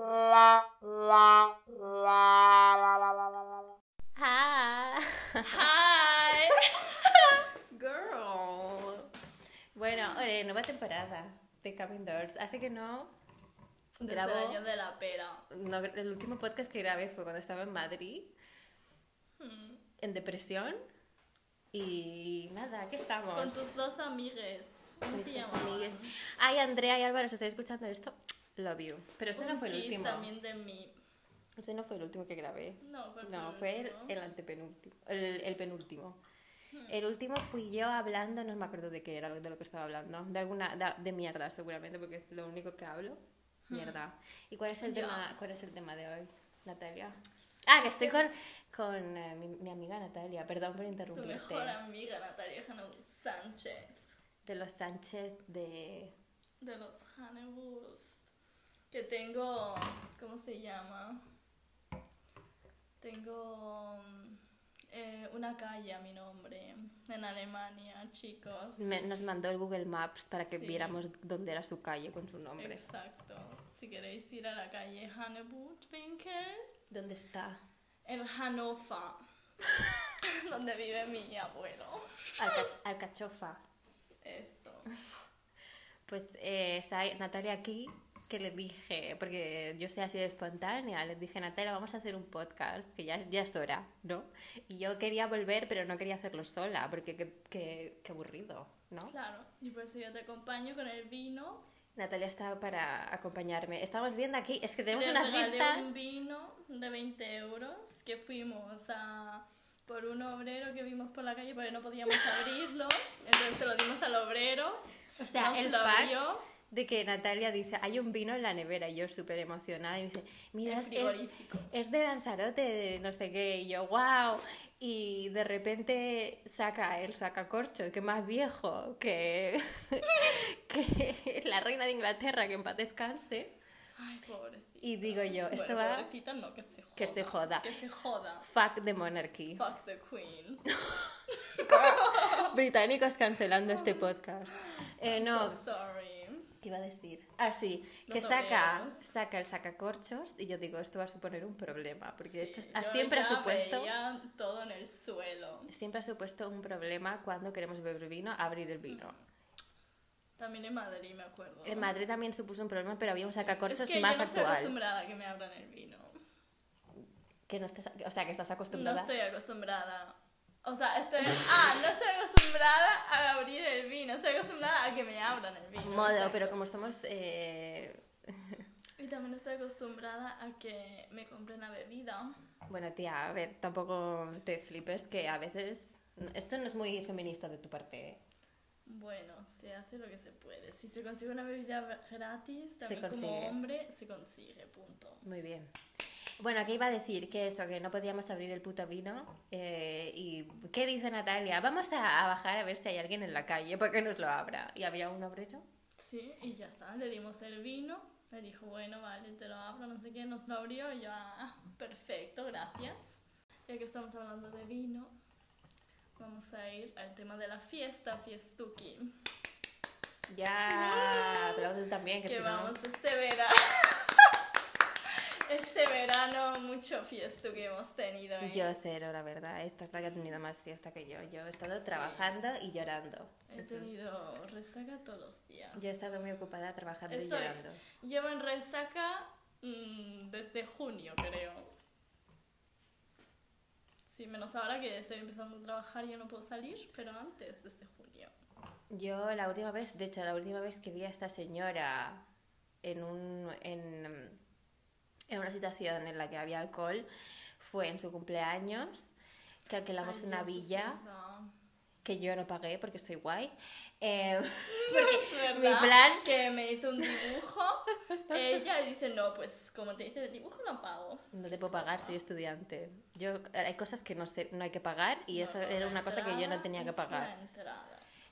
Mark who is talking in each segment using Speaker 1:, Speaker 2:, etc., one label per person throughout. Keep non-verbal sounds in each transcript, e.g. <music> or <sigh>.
Speaker 1: Ah.
Speaker 2: <laughs> eh,
Speaker 1: Desde
Speaker 2: grabó...
Speaker 1: el año de la pera.
Speaker 2: no, el último podcast que grabé fue cuando estaba en Madrid,
Speaker 1: Mm.
Speaker 2: en depresión. Y nada, aquí estamos.
Speaker 1: Con tus dos amigues. ¿Cómo
Speaker 2: Mis
Speaker 1: se
Speaker 2: dos
Speaker 1: llamaban?
Speaker 2: amigues. Ay, Andrea y Álvaro, si estáis escuchando esto, love you. Pero este no
Speaker 1: Un
Speaker 2: fue el
Speaker 1: kiss
Speaker 2: último.
Speaker 1: también de mí.
Speaker 2: Este no fue el último que grabé.
Speaker 1: No, fue,
Speaker 2: No, fue el,
Speaker 1: último.
Speaker 2: el antepenúltimo. El, el penúltimo. El último fui yo hablando, no me acuerdo de qué era lo- de lo que estaba hablando. De alguna. De, de mierda, seguramente, porque es lo único que hablo. Mierda. ¿Y cuál es el,
Speaker 1: Ya.
Speaker 2: tema, cuál es el tema de hoy, Natalia? Ah, que estoy con, con eh, mi, mi amiga Natalia. Perdón por
Speaker 1: Tu
Speaker 2: interrumpirte.
Speaker 1: mejor amiga, Natalia Hanabu Sánchez.
Speaker 2: De los Sánchez de.
Speaker 1: De los Hanebus. Que tengo. ¿Cómo se llama? Tengo. mm, eh, una calle a mi nombre. En Alemania, chicos.
Speaker 2: me- nos mandó el Google Maps para que
Speaker 1: Sí.
Speaker 2: viéramos dónde era su calle con su nombre.
Speaker 1: Exacto. Si queréis ir a la calle Hanebutwinkel,
Speaker 2: ¿Dónde está?
Speaker 1: en Hannover, <laughs> donde vive mi abuelo.
Speaker 2: Alca- Alcachofa.
Speaker 1: Esto.
Speaker 2: Pues eh, está Natalia aquí, que le dije, porque yo soy así de espontánea, le dije, Natalia, vamos a hacer un podcast, que ya, ya es hora, ¿no? Y yo quería volver, pero no quería hacerlo sola, porque qué, qué- qué aburrido, ¿no?
Speaker 1: Claro. Y por eso yo te acompaño con el vino.
Speaker 2: Natalia está para acompañarme. Estamos viendo aquí, es que tenemos
Speaker 1: Le
Speaker 2: unas
Speaker 1: regalé
Speaker 2: vistas.
Speaker 1: un vino de 20 euros que fuimos a por un obrero que vimos por la calle porque no podíamos
Speaker 2: <laughs>
Speaker 1: abrirlo. Entonces se lo dimos al obrero.
Speaker 2: O sea,
Speaker 1: nos
Speaker 2: el
Speaker 1: lo
Speaker 2: fact
Speaker 1: abrió.
Speaker 2: de que Natalia dice, hay un vino en la nevera, y yo súper emocionada, y me dice, mira,
Speaker 1: El
Speaker 2: es, es,
Speaker 1: frigorífico.
Speaker 2: es de Lanzarote, de no sé qué, y yo, wow, y de repente saca el sacacorcho, que más viejo que, <laughs> que la reina de Inglaterra, que en paz descanse,
Speaker 1: Ay, pobrecito.
Speaker 2: y digo yo, esto
Speaker 1: Bueno,
Speaker 2: va,
Speaker 1: pobrecito no, que se joda.
Speaker 2: Que se joda.
Speaker 1: Que se joda.
Speaker 2: fuck the monarchy,
Speaker 1: Fuck the queen.
Speaker 2: británicos cancelando este podcast. Eh, no,
Speaker 1: So sorry.
Speaker 2: ¿Qué iba a decir? Ah, sí,
Speaker 1: Los
Speaker 2: que saca,
Speaker 1: obreros.
Speaker 2: saca el sacacorchos y yo digo, esto va a suponer un problema, porque esto es-
Speaker 1: Sí,
Speaker 2: ah,
Speaker 1: yo
Speaker 2: siempre ha
Speaker 1: ya
Speaker 2: supuesto
Speaker 1: veía todo en el suelo.
Speaker 2: siempre ha supuesto un problema cuando queremos beber vino, abrir el vino.
Speaker 1: También en Madrid, me acuerdo.
Speaker 2: En Madrid también supuso un problema, pero había un sacacorchos
Speaker 1: es que
Speaker 2: más
Speaker 1: yo no Estoy
Speaker 2: actual.
Speaker 1: acostumbrada a que me abran el vino.
Speaker 2: Que no estás, o sea, que estás
Speaker 1: No
Speaker 2: acostumbrada.
Speaker 1: estoy acostumbrada. O sea, estoy. Ah, no estoy acostumbrada a abrir el vino. Estoy acostumbrada a que me abran el vino.
Speaker 2: Modo,
Speaker 1: exacto.
Speaker 2: pero como somos... eh,
Speaker 1: Y también estoy acostumbrada a que me compren la bebida.
Speaker 2: Bueno, tía, a ver, tampoco te flipes que a veces... Esto no es muy feminista de tu parte, ¿eh?
Speaker 1: Bueno, se hace lo que se puede. Si se consigue una bebida gratis,
Speaker 2: Se
Speaker 1: también como
Speaker 2: consigue.
Speaker 1: hombre, se consigue, punto.
Speaker 2: Muy bien. Bueno, aquí iba a decir que eso, que no podíamos abrir el puto vino. eh, ¿Y qué dice Natalia? Vamos a, a bajar a ver si hay alguien en la calle para que nos lo abra. Y había un obrero.
Speaker 1: Sí, y ya está. Le dimos el vino. Me dijo, bueno, vale, te lo abro, no sé qué. Nos lo abrió y yo, ah, perfecto, gracias. Ya que estamos hablando de vino, vamos a ir al tema de la fiesta, fiestuki.
Speaker 2: Ya, aplauden también, que,
Speaker 1: Que
Speaker 2: si no-
Speaker 1: Ah, vamos este verano. <laughs> Este verano, mucho fiesto que hemos tenido. ¿eh?
Speaker 2: Yo cero, la verdad. Esta es la que ha tenido más fiesta que yo. Yo he estado trabajando y llorando.
Speaker 1: He tenido resaca todos los días.
Speaker 2: Yo he estado muy ocupada trabajando
Speaker 1: Estoy-
Speaker 2: y llorando.
Speaker 1: Llevo en resaca mm, desde junio, creo. Sí, menos ahora que estoy empezando a trabajar y ya no puedo salir, pero antes, desde junio.
Speaker 2: Yo la última vez, de hecho, la última vez que vi a esta señora en un, en, en una situación en la que había alcohol fue en su cumpleaños, que alquilamos
Speaker 1: Ay,
Speaker 2: una
Speaker 1: Dios, es
Speaker 2: villa
Speaker 1: verdad.
Speaker 2: que yo no pagué porque soy guay. Eh, <laughs> porque
Speaker 1: <laughs> Es verdad
Speaker 2: mi plan-
Speaker 1: que me hizo un dibujo, ella dice, no, pues como te hice el dibujo no pago.
Speaker 2: no te puedo pagar, soy estudiante. Yo hay cosas que no sé, no hay que pagar y eso
Speaker 1: No,
Speaker 2: era una cosa que yo no
Speaker 1: entrada
Speaker 2: tenía que
Speaker 1: es
Speaker 2: pagar.
Speaker 1: una entrada.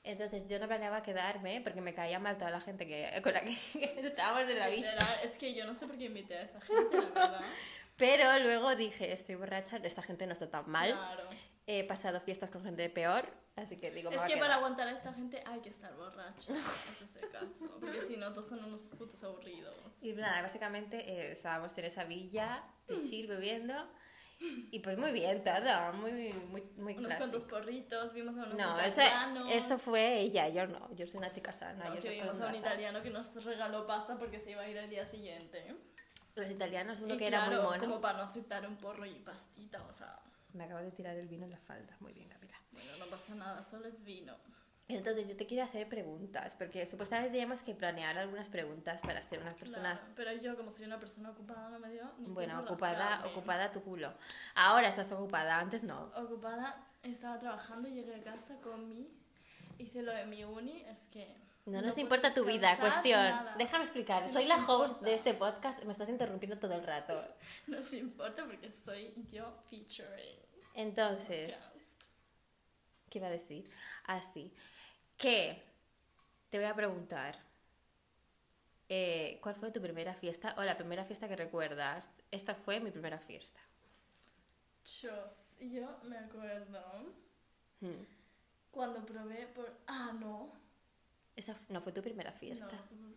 Speaker 2: Entonces yo no planeaba quedarme porque me caía mal toda la gente que con la que <laughs> estábamos en la villa.
Speaker 1: Literal, es que yo no sé por qué invité a esa gente, la verdad.
Speaker 2: Pero luego dije, estoy borracha, esta gente no está tan <laughs> mal.
Speaker 1: Claro.
Speaker 2: He pasado fiestas con gente peor, así que digo, me
Speaker 1: Es
Speaker 2: va a
Speaker 1: que para
Speaker 2: quedar.
Speaker 1: aguantar a esta gente hay que estar borracho. Ese es el caso. Porque si no, todos son unos putos aburridos. Mm.
Speaker 2: Y nada, básicamente eh, estábamos en esa villa de chill bebiendo Y pues muy bien, todo, muy, muy, muy
Speaker 1: Unos
Speaker 2: clásico.
Speaker 1: cuantos porritos, vimos a unos
Speaker 2: No, eso,
Speaker 1: italianos.
Speaker 2: eso fue ella, yo no. Yo soy una chica sana.
Speaker 1: No,
Speaker 2: yo
Speaker 1: que
Speaker 2: soy
Speaker 1: vimos a un
Speaker 2: escandalosa.
Speaker 1: italiano que nos regaló pasta porque se iba a ir al día siguiente.
Speaker 2: Los italianos, uno
Speaker 1: Y
Speaker 2: que
Speaker 1: claro,
Speaker 2: era muy mono.
Speaker 1: como para no aceptar un porro y pastita, o sea,
Speaker 2: Me acabo de tirar el vino en la falda. Muy bien, Camila.
Speaker 1: bueno, no pasa nada, solo es vino.
Speaker 2: Entonces, yo te quiero hacer preguntas, porque supuestamente teníamos que planear algunas preguntas para ser unas personas.
Speaker 1: Claro, pero yo, como soy una persona ocupada, no me dio ni
Speaker 2: Bueno,
Speaker 1: tiempo a
Speaker 2: ocupada,
Speaker 1: rascarme.
Speaker 2: ocupada tu culo. Ahora estás ocupada, antes no.
Speaker 1: Ocupada, estaba trabajando, llegué a casa, comí, hice lo de mi uni, es que...
Speaker 2: No nos
Speaker 1: puedo
Speaker 2: importa tu vida,
Speaker 1: descansar
Speaker 2: cuestión.
Speaker 1: nada.
Speaker 2: Déjame explicar.
Speaker 1: Sí,
Speaker 2: Soy
Speaker 1: nos
Speaker 2: la host
Speaker 1: importa.
Speaker 2: de este podcast, me estás interrumpiendo todo el rato.
Speaker 1: <laughs> Nos importa porque soy yo featuring.
Speaker 2: Entonces, ¿qué iba a decir? Así. Que te voy a preguntar. eh, ¿Cuál fue tu primera fiesta o la primera fiesta que recuerdas? Esta fue mi primera fiesta.
Speaker 1: Chos, yo me acuerdo
Speaker 2: Hmm.
Speaker 1: cuando probé por... Ah, no.
Speaker 2: Esa f- no fue tu primera fiesta.
Speaker 1: No.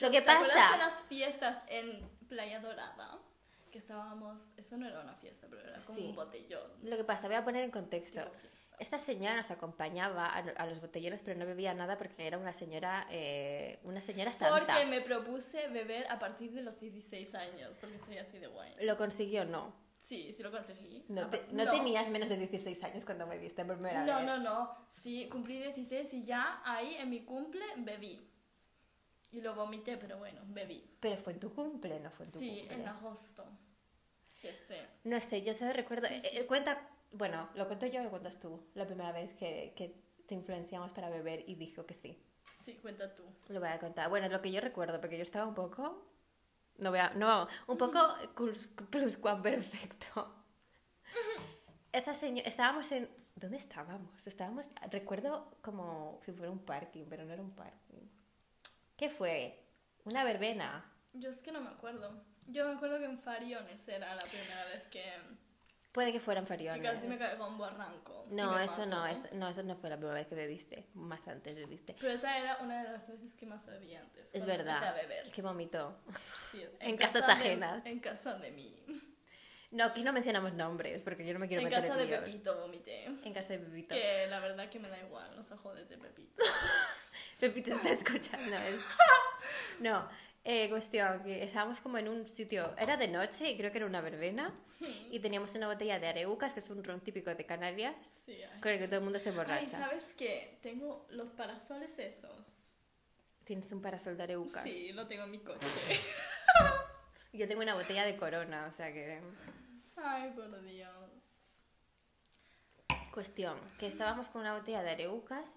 Speaker 2: Lo que
Speaker 1: ¿Te acuerdas de
Speaker 2: pasa.
Speaker 1: las fiestas en Playa Dorada? Que estábamos... Eso no era una fiesta, pero era como
Speaker 2: Sí.
Speaker 1: un botellón.
Speaker 2: Lo que pasa, voy a poner en contexto.
Speaker 1: tipo fiesta.
Speaker 2: Esta señora nos acompañaba a, a los botellones, pero no bebía nada porque era una señora, eh, una señora santa.
Speaker 1: Porque me propuse beber a partir de los 16 años, porque soy así de guay.
Speaker 2: Lo consiguió, no.
Speaker 1: Sí, sí lo conseguí.
Speaker 2: No,
Speaker 1: A
Speaker 2: te-
Speaker 1: par-
Speaker 2: no tenías menos de 16 años cuando me viste por primera
Speaker 1: No,
Speaker 2: vez.
Speaker 1: no, no. Sí, cumplí 16 y ya ahí en mi cumple bebí. Y lo vomité, pero bueno, bebí.
Speaker 2: Pero fue en tu cumple, no fue en tu
Speaker 1: Sí,
Speaker 2: cumple.
Speaker 1: en agosto. Que sé.
Speaker 2: No sé, yo solo recuerdo.
Speaker 1: Sí,
Speaker 2: eh, eh, cuenta, bueno, lo cuento yo o lo cuentas tú. La primera vez que, que te influenciamos para beber y dijo que sí.
Speaker 1: Sí, cuenta tú.
Speaker 2: Lo voy a contar. Bueno, lo que yo recuerdo, porque yo estaba un poco. No voy a. No, un poco plus, perfecto. Esta seño- Estábamos en. ¿Dónde estábamos? Estábamos. Recuerdo como si fuera un parking, pero no era un parking. ¿Qué fue? Una verbena.
Speaker 1: Yo es que no me acuerdo. Yo me acuerdo que en Fariones era la primera vez que,
Speaker 2: Puede que fueran
Speaker 1: que
Speaker 2: fariones.
Speaker 1: casi me cae con barranco. y
Speaker 2: No,
Speaker 1: me
Speaker 2: eso
Speaker 1: mato,
Speaker 2: no, eso, no, eso no fue la primera vez que bebiste. Más antes bebiste.
Speaker 1: Pero esa era una de las veces que más bebía antes.
Speaker 2: Es
Speaker 1: cuando empecé
Speaker 2: verdad.
Speaker 1: A beber.
Speaker 2: Que vomitó.
Speaker 1: Sí,
Speaker 2: En casas
Speaker 1: casa de-
Speaker 2: ajenas.
Speaker 1: en casa de mi.
Speaker 2: No, aquí no mencionamos nombres porque yo no me quiero
Speaker 1: en
Speaker 2: meter
Speaker 1: casa
Speaker 2: en
Speaker 1: de
Speaker 2: líos.
Speaker 1: Pepito vomité.
Speaker 2: En casa de Pepito.
Speaker 1: Que la verdad que me da igual, o sea, jódete, Pepito.
Speaker 2: Pepito
Speaker 1: Ah.
Speaker 2: está escuchando
Speaker 1: <laughs>
Speaker 2: esto. No, eh, cuestión, que estábamos como en un sitio, era de noche y creo que era una verbena y teníamos una botella de areucas, que es un ron típico de Canarias,
Speaker 1: Sí, ay.
Speaker 2: con el que todo el mundo se
Speaker 1: Ay,
Speaker 2: emborracha.
Speaker 1: ¿sabes qué? Tengo los parasoles esos.
Speaker 2: Tienes un parasol de areucas.
Speaker 1: Sí, lo tengo en mi coche.
Speaker 2: Yo tengo una botella de corona, o sea que...
Speaker 1: Ay, por Dios.
Speaker 2: Cuestión, que estábamos con una botella de areucas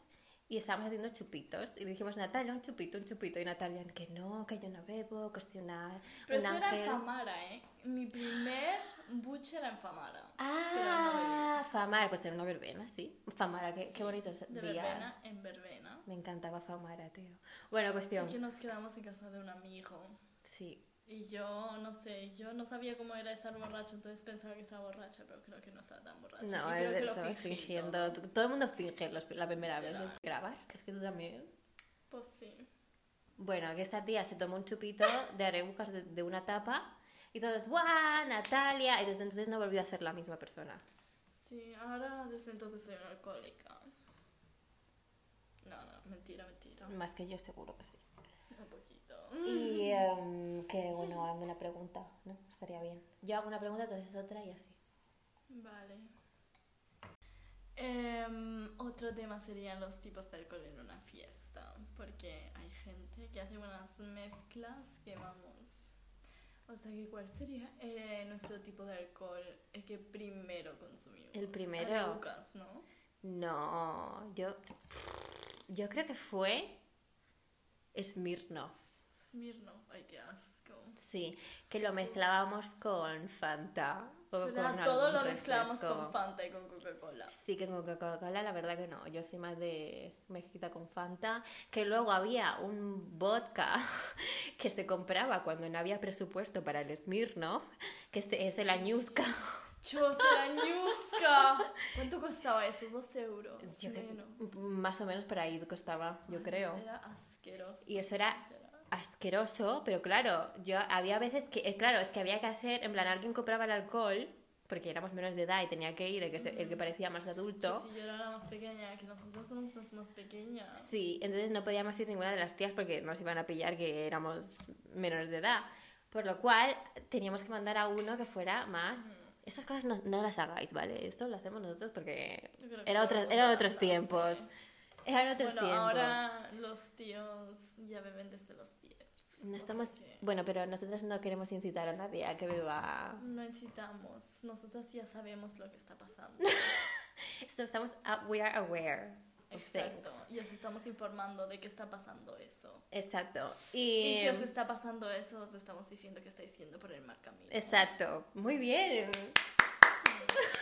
Speaker 2: y estábamos haciendo chupitos y dijimos, Natalia, un chupito, un chupito. Y Natalia, que no, que yo no bebo, que estoy una,
Speaker 1: Pero
Speaker 2: un
Speaker 1: eso era en
Speaker 2: ángel.
Speaker 1: Famara, ¿eh? Mi primer buche era en Famara.
Speaker 2: Ah, Famara, pues era una verbena, sí. Famara, qué,
Speaker 1: Sí,
Speaker 2: qué bonitos
Speaker 1: De
Speaker 2: días.
Speaker 1: verbena en verbena.
Speaker 2: Me encantaba Famara, tío. Bueno, cuestión.
Speaker 1: Y que nos quedamos en casa de un amigo.
Speaker 2: Sí.
Speaker 1: Y yo, no sé, yo no sabía cómo era estar borracho, entonces pensaba que estaba borracha, pero creo que no estaba tan borracha.
Speaker 2: No,
Speaker 1: Y creo
Speaker 2: él
Speaker 1: que lo
Speaker 2: estaba
Speaker 1: fingí todo.
Speaker 2: fingiendo. Todo el mundo finge los- la primera vez
Speaker 1: Literal.
Speaker 2: de grabar. Es que tú también.
Speaker 1: Pues sí.
Speaker 2: Bueno, que esta tía se tomó un chupito de areucas de, de una tapa y todos, ¡guau! Natalia. Y desde entonces no volvió a ser la misma persona.
Speaker 1: Sí, ahora desde entonces soy una alcohólica. No, no, mentira, mentira.
Speaker 2: Más que yo, seguro que sí.
Speaker 1: Un poquito. Mm.
Speaker 2: Y em, que, bueno, hazme una pregunta, ¿no? Estaría bien. Yo hago una pregunta, entonces otra y así.
Speaker 1: Vale. Em, otro tema serían los tipos de alcohol en una fiesta, porque hay gente que hace unas mezclas que vamos. O sea, que ¿cuál sería eh, nuestro tipo de alcohol el que primero consumimos?
Speaker 2: El primero.
Speaker 1: Araucas, ¿no?
Speaker 2: No, yo. Yo creo que fue. Smirnoff.
Speaker 1: Smirnoff, ay, qué asco.
Speaker 2: Sí, que lo mezclábamos con Fanta. o
Speaker 1: Será
Speaker 2: con
Speaker 1: todo
Speaker 2: algún
Speaker 1: lo mezclamos con
Speaker 2: refresco.
Speaker 1: Fanta y con Coca-Cola.
Speaker 2: Sí, que con Coca-Cola la verdad que no. Yo soy más de mezquita con Fanta. Que luego había un vodka <laughs> que se compraba cuando no había presupuesto para el Smirnoff, que este es el Añusca.
Speaker 1: ¡Chosa la
Speaker 2: <laughs>
Speaker 1: ñusca! ¿Cuánto costaba eso? ¿Dos euros?
Speaker 2: Yo que-
Speaker 1: Menos.
Speaker 2: más o menos por ahí costaba, yo
Speaker 1: Ay,
Speaker 2: creo.
Speaker 1: Era asqueroso.
Speaker 2: Y eso era
Speaker 1: literal.
Speaker 2: asqueroso, pero claro, yo había veces que, eh, claro, es que había que hacer, en plan, alguien compraba el alcohol porque éramos menos de edad y tenía que ir el que, se- el que parecía más adulto.
Speaker 1: Sí, sí, yo era la más pequeña, que nosotros somos las más pequeñas.
Speaker 2: Sí, entonces no podíamos ir ninguna de las tías porque nos iban a pillar que éramos menos de edad. Por lo cual teníamos que mandar a uno que fuera más. Estas cosas no, no las hagáis, ¿vale? Esto lo hacemos nosotros porque
Speaker 1: Yo creo que
Speaker 2: era
Speaker 1: todo
Speaker 2: otras-
Speaker 1: el mundo
Speaker 2: eran
Speaker 1: las
Speaker 2: otros
Speaker 1: hace.
Speaker 2: tiempos. Eran otros
Speaker 1: Bueno,
Speaker 2: tiempos.
Speaker 1: ahora los tíos ya beben desde los 10.
Speaker 2: No estamos.
Speaker 1: sé qué.
Speaker 2: Bueno, pero nosotros no queremos incitar a nadie a que beba.
Speaker 1: No incitamos, nosotros ya sabemos lo que está pasando.
Speaker 2: <laughs> So, estamos. a- we are aware. of
Speaker 1: Exacto.
Speaker 2: things.
Speaker 1: Y os estamos informando de que está pasando eso.
Speaker 2: Exacto.
Speaker 1: Y
Speaker 2: Y.
Speaker 1: si os está pasando eso, os estamos diciendo que estáis yendo por el mal camino.
Speaker 2: Exacto. Muy bien. <laughs>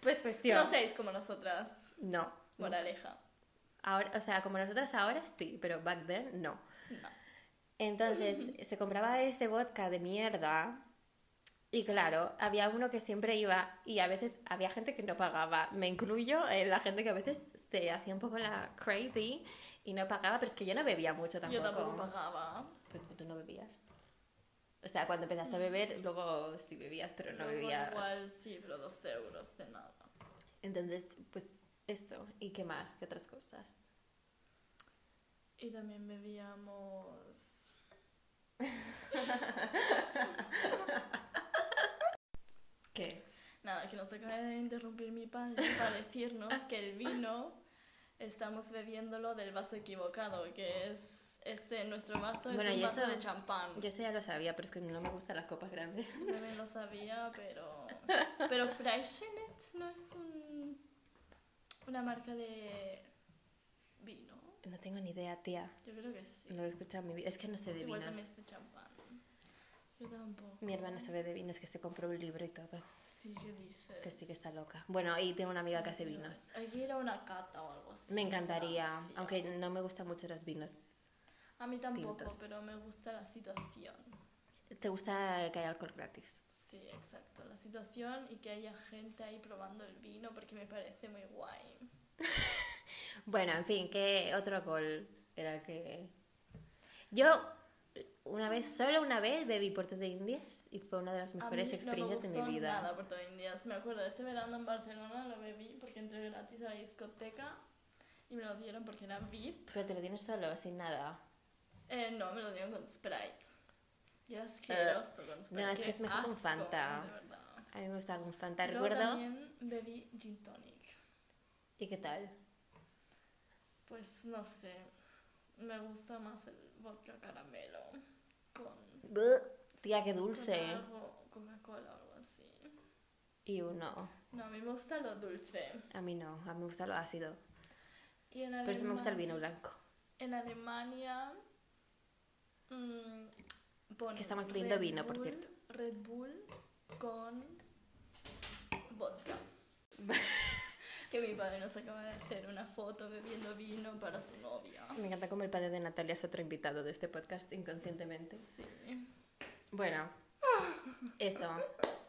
Speaker 2: pues cuestión.
Speaker 1: No seáis como nosotras,
Speaker 2: No.
Speaker 1: moraleja.
Speaker 2: Ahora, o sea, como nosotras ahora sí, pero back then no.
Speaker 1: No. <laughs>
Speaker 2: Entonces se compraba ese vodka de mierda y claro, había uno que siempre iba y a veces había gente que no pagaba. Me incluyo en la gente que a veces se hacía un poco la crazy y no pagaba, pero es que yo no bebía mucho tampoco.
Speaker 1: Yo tampoco pagaba.
Speaker 2: Pero tú no bebías. O sea, cuando empezaste a beber, Mm. luego sí bebías, pero no
Speaker 1: Luego
Speaker 2: bebías.
Speaker 1: Igual sí, pero dos euros de nada.
Speaker 2: Entonces, pues esto. ¿Y qué más? ¿Qué otras cosas?
Speaker 1: Y también bebíamos.
Speaker 2: ¿Qué?
Speaker 1: Nada, que nos acaba de interrumpir mi padre para decirnos que el vino estamos bebiéndolo del vaso equivocado, que es este nuestro vaso,
Speaker 2: Bueno,
Speaker 1: es
Speaker 2: y
Speaker 1: un vaso
Speaker 2: eso-
Speaker 1: de champán.
Speaker 2: Yo eso ya lo sabía, pero es que no me gustan las copas grandes.
Speaker 1: También lo sabía, pero. Pero Freischennet no es un, una marca de vino.
Speaker 2: <laughs> No tengo ni idea, tía.
Speaker 1: Yo creo que sí.
Speaker 2: No lo he escuchado en mi vida. Es que no sé de
Speaker 1: Igual
Speaker 2: vinos.
Speaker 1: también es de champán. Yo tampoco.
Speaker 2: Mi hermana sabe de vinos, que se compró un libro y todo.
Speaker 1: Sí, ¿qué dices?
Speaker 2: Que sí que está loca. Bueno, y tengo una amiga que hace vinos.
Speaker 1: Hay que ir a una cata o algo así.
Speaker 2: Me encantaría,
Speaker 1: Sí.
Speaker 2: aunque no me gustan mucho los vinos.
Speaker 1: A mí tampoco,
Speaker 2: tintos.
Speaker 1: pero me gusta la situación.
Speaker 2: ¿Te gusta que haya alcohol gratis?
Speaker 1: Sí, exacto. La situación y que haya gente ahí probando el vino porque me parece muy guay.
Speaker 2: Bueno, en fin, ¿qué otro alcohol era el que...? Yo una vez, solo una vez, bebí Puerto de Indias y fue una de las
Speaker 1: A
Speaker 2: mejores
Speaker 1: mí
Speaker 2: experiencias
Speaker 1: no me
Speaker 2: de
Speaker 1: gustó
Speaker 2: mi vida.
Speaker 1: Nada por todo Indias. Me acuerdo, este verano en Barcelona lo bebí porque entré gratis a la discoteca y me lo dieron porque era VIP.
Speaker 2: Pero te lo tienes solo, sin nada.
Speaker 1: Eh, no, me lo dieron con Sprite. Y era asqueroso con Sprite.
Speaker 2: Eh, No, es que
Speaker 1: qué
Speaker 2: es mejor con
Speaker 1: asco,
Speaker 2: Fanta.
Speaker 1: De verdad.
Speaker 2: A mí me gusta con Fanta,
Speaker 1: Luego
Speaker 2: recuerdo.
Speaker 1: también bebí gin tonic.
Speaker 2: ¿Y qué tal?
Speaker 1: Pues no sé, me gusta más el vodka caramelo con,
Speaker 2: Tía, qué
Speaker 1: con
Speaker 2: dulce.
Speaker 1: algo, Coca-Cola o algo así.
Speaker 2: Y uno.
Speaker 1: No, a mí me gusta lo dulce.
Speaker 2: A mí no, a mí me gusta lo ácido.
Speaker 1: Y en
Speaker 2: Pero sí me gusta el
Speaker 1: Alema-
Speaker 2: vino blanco.
Speaker 1: En Alemania mm, ponen
Speaker 2: Que estamos bebiendo
Speaker 1: Red
Speaker 2: vino, por
Speaker 1: Bull-
Speaker 2: cierto.
Speaker 1: Red Bull con
Speaker 2: <laughs>
Speaker 1: vodka. que mi padre nos acaba de hacer una foto bebiendo vino para su novia.
Speaker 2: Me encanta como el padre de Natalia es otro invitado de este podcast inconscientemente.
Speaker 1: Sí.
Speaker 2: Bueno, eso.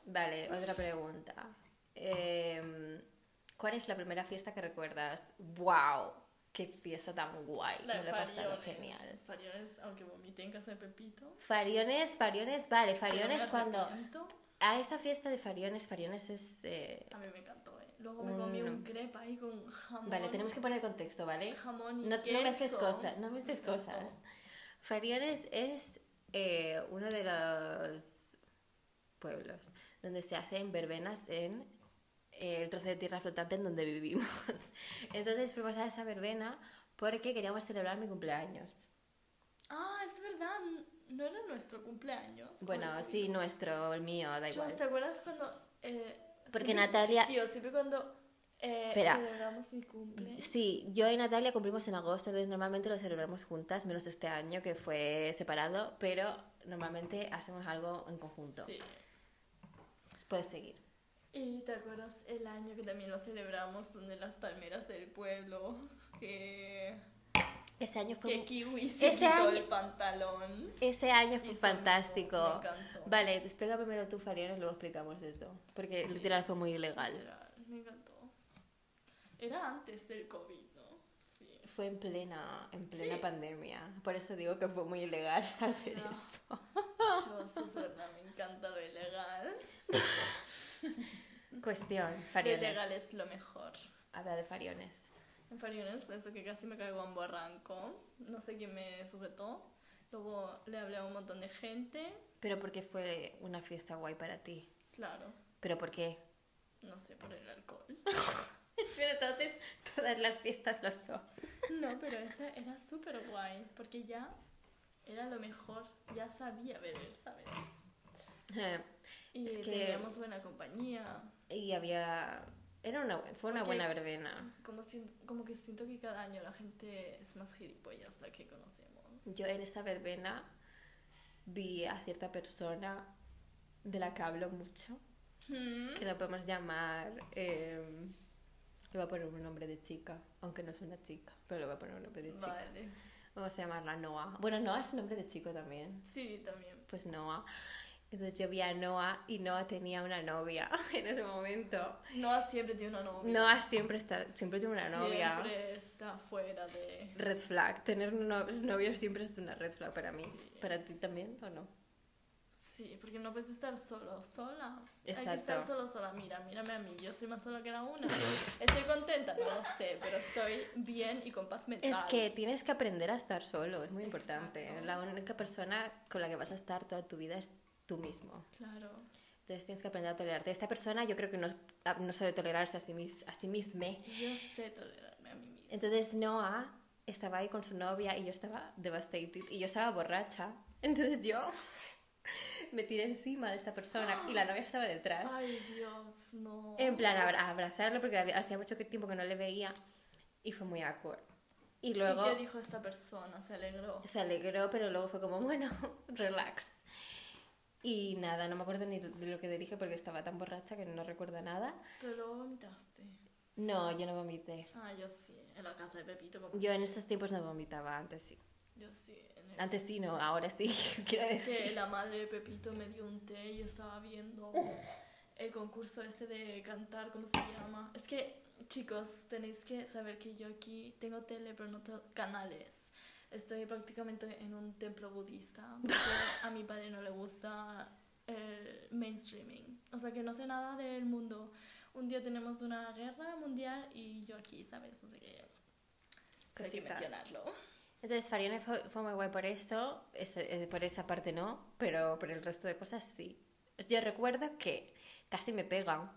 Speaker 2: Vale, otra pregunta. Em, ¿Cuál es la primera fiesta que recuerdas? ¡Wow! ¡Qué fiesta tan guay!
Speaker 1: La
Speaker 2: Me
Speaker 1: de
Speaker 2: lo he pasado
Speaker 1: Fariones.
Speaker 2: genial.
Speaker 1: Fariones, aunque vomité en casa de Pepito.
Speaker 2: Fariones, Fariones, vale, Fariones
Speaker 1: Pero me
Speaker 2: cuando...
Speaker 1: arrepiento.
Speaker 2: A esa fiesta de Fariones, Fariones es... eh,
Speaker 1: A mí me encantó, ¿eh? Luego me comí
Speaker 2: Mm, no.
Speaker 1: un crepe ahí con jamón.
Speaker 2: Vale, tenemos que poner contexto, ¿vale?
Speaker 1: Jamón y
Speaker 2: No, no mezcles
Speaker 1: queso.
Speaker 2: cosas, no mezcles
Speaker 1: Me encantó.
Speaker 2: cosas. Fariones es eh, uno de los pueblos donde se hacen verbenas en eh, el trozo de tierra flotante en donde vivimos. <laughs> Entonces fuimos a esa verbena porque queríamos celebrar mi cumpleaños.
Speaker 1: Ah, es verdad. No era nuestro cumpleaños.
Speaker 2: Bueno,
Speaker 1: Ay,
Speaker 2: sí, nuestro, el mío, da
Speaker 1: Chos,
Speaker 2: igual.
Speaker 1: ¿Te acuerdas cuando.? eh,
Speaker 2: Porque
Speaker 1: siempre-
Speaker 2: Natalia-
Speaker 1: Tío, siempre cuando. Eh,
Speaker 2: Espera.
Speaker 1: Celebramos mi cumple.
Speaker 2: Sí, yo y Natalia cumplimos en agosto, entonces normalmente lo celebramos juntas, menos este año que fue separado, pero normalmente hacemos algo en conjunto.
Speaker 1: Sí.
Speaker 2: Puedes seguir.
Speaker 1: ¿Y te acuerdas el año que también lo celebramos donde las palmeras del pueblo? <laughs> Que.
Speaker 2: Ese año fue
Speaker 1: Que
Speaker 2: un-
Speaker 1: Kiwi se
Speaker 2: Ese
Speaker 1: quitó
Speaker 2: año-
Speaker 1: el pantalón.
Speaker 2: ese año
Speaker 1: Y
Speaker 2: fue
Speaker 1: eso
Speaker 2: fantástico.
Speaker 1: Me encantó.
Speaker 2: Vale, explica primero tú Fariones, luego explicamos eso, porque
Speaker 1: Sí.
Speaker 2: literal fue muy ilegal.
Speaker 1: Literal, me encantó. Era antes del COVID, ¿no?
Speaker 2: <laughs>
Speaker 1: Sí.
Speaker 2: Fue en plena en plena
Speaker 1: Sí.
Speaker 2: pandemia, por eso digo que fue muy ilegal <laughs> hacer
Speaker 1: Ya.
Speaker 2: eso.
Speaker 1: Yo, Susana, me encanta lo ilegal.
Speaker 2: Cuestión,
Speaker 1: De
Speaker 2: fariones.
Speaker 1: legal es lo mejor.
Speaker 2: Habla de fariones.
Speaker 1: En Fariones, eso que casi me caigo en barranco. No sé quién me sujetó. Luego le hablé a un montón de gente.
Speaker 2: Pero porque fue una fiesta guay para ti.
Speaker 1: Claro,
Speaker 2: Pero por qué?
Speaker 1: no sé, por el alcohol.
Speaker 2: <laughs> Pero entonces <laughs> todas las fiestas lo son.
Speaker 1: No, pero esa era súper guay. Porque ya era lo mejor. Ya sabía beber, ¿sabes? Y
Speaker 2: Es que-
Speaker 1: teníamos buena compañía.
Speaker 2: Eh, Y había... Era una, fue una
Speaker 1: Porque-
Speaker 2: buena verbena.
Speaker 1: Como, si- como que siento que cada año la gente es más gilipollas la que conocemos.
Speaker 2: Yo en esa verbena vi a cierta persona de la que hablo mucho,
Speaker 1: Hmm.
Speaker 2: que la podemos llamar... eh, le voy a poner un nombre de chica, aunque no es una chica, pero le voy a poner un nombre de chica.
Speaker 1: Vale.
Speaker 2: Vamos a llamarla Noah. Bueno, Noah es nombre de chico también.
Speaker 1: Sí, también.
Speaker 2: pues Noah. Entonces yo vi a Noah y Noah tenía una novia <laughs> en ese momento.
Speaker 1: Noah siempre tiene una novia.
Speaker 2: Noah siempre está, siempre tiene una novia.
Speaker 1: Siempre está fuera de...
Speaker 2: Red flag. Tener no- novio siempre es una red flag para mí.
Speaker 1: Sí.
Speaker 2: ¿Para ti también o no?
Speaker 1: Sí, porque no puedes estar solo, sola. Hay que
Speaker 2: Exacto.
Speaker 1: estar solo, sola. Mira, mírame a mí. Yo estoy más sola que la una. Estoy contenta, no lo sé, pero estoy bien y con paz mental.
Speaker 2: Es que tienes que aprender a estar solo, es muy importante.
Speaker 1: Exacto.
Speaker 2: La única persona con la que vas a estar toda tu vida es tú mismo.
Speaker 1: Claro.
Speaker 2: Entonces tienes que aprender a tolerarte. Esta persona yo creo que no, ah, no sabe tolerarse a sí, mis- a sí misma.
Speaker 1: Yo sé tolerarme a mí misma.
Speaker 2: Entonces Noah estaba ahí con su novia y yo estaba devastated y yo estaba borracha. Entonces yo <laughs> me tiré encima de esta persona y la novia estaba detrás.
Speaker 1: Ay, Dios, no.
Speaker 2: En plan, abra- a abrazarlo porque había- hacía mucho que- tiempo que no le veía y fue muy awkward. Y luego
Speaker 1: ¿Y qué dijo esta persona? Se alegró.
Speaker 2: se alegró, pero luego fue como, bueno, <laughs> relax. Y nada, no me acuerdo ni de lo que le dije porque estaba tan borracha que no recuerdo nada.
Speaker 1: Pero luego vomitaste.
Speaker 2: No, yo no vomité.
Speaker 1: Ah, yo sí, en la casa de Pepito. como-
Speaker 2: Yo Ah, en esos tiempos no vomitaba, antes sí.
Speaker 1: Yo sí, en el...
Speaker 2: Antes sí, no, ahora sí, <laughs> quiero decir.
Speaker 1: que la madre de Pepito me dio un té y estaba viendo el concurso este de cantar, ¿cómo se llama? Es que, chicos, tenéis que saber que yo aquí tengo tele, pero no tengo canales. Estoy prácticamente en un templo budista, porque a mi padre no le gusta el mainstreaming. O sea, que no sé nada del mundo. Un día tenemos una guerra mundial y yo aquí, ¿sabes? O sea que... hay que
Speaker 2: Cositas.
Speaker 1: mencionarlo.
Speaker 2: Entonces Farione fue, fue muy guay por eso, es- es- por esa parte no, pero por el resto de cosas sí. Yo recuerdo que casi me pegan.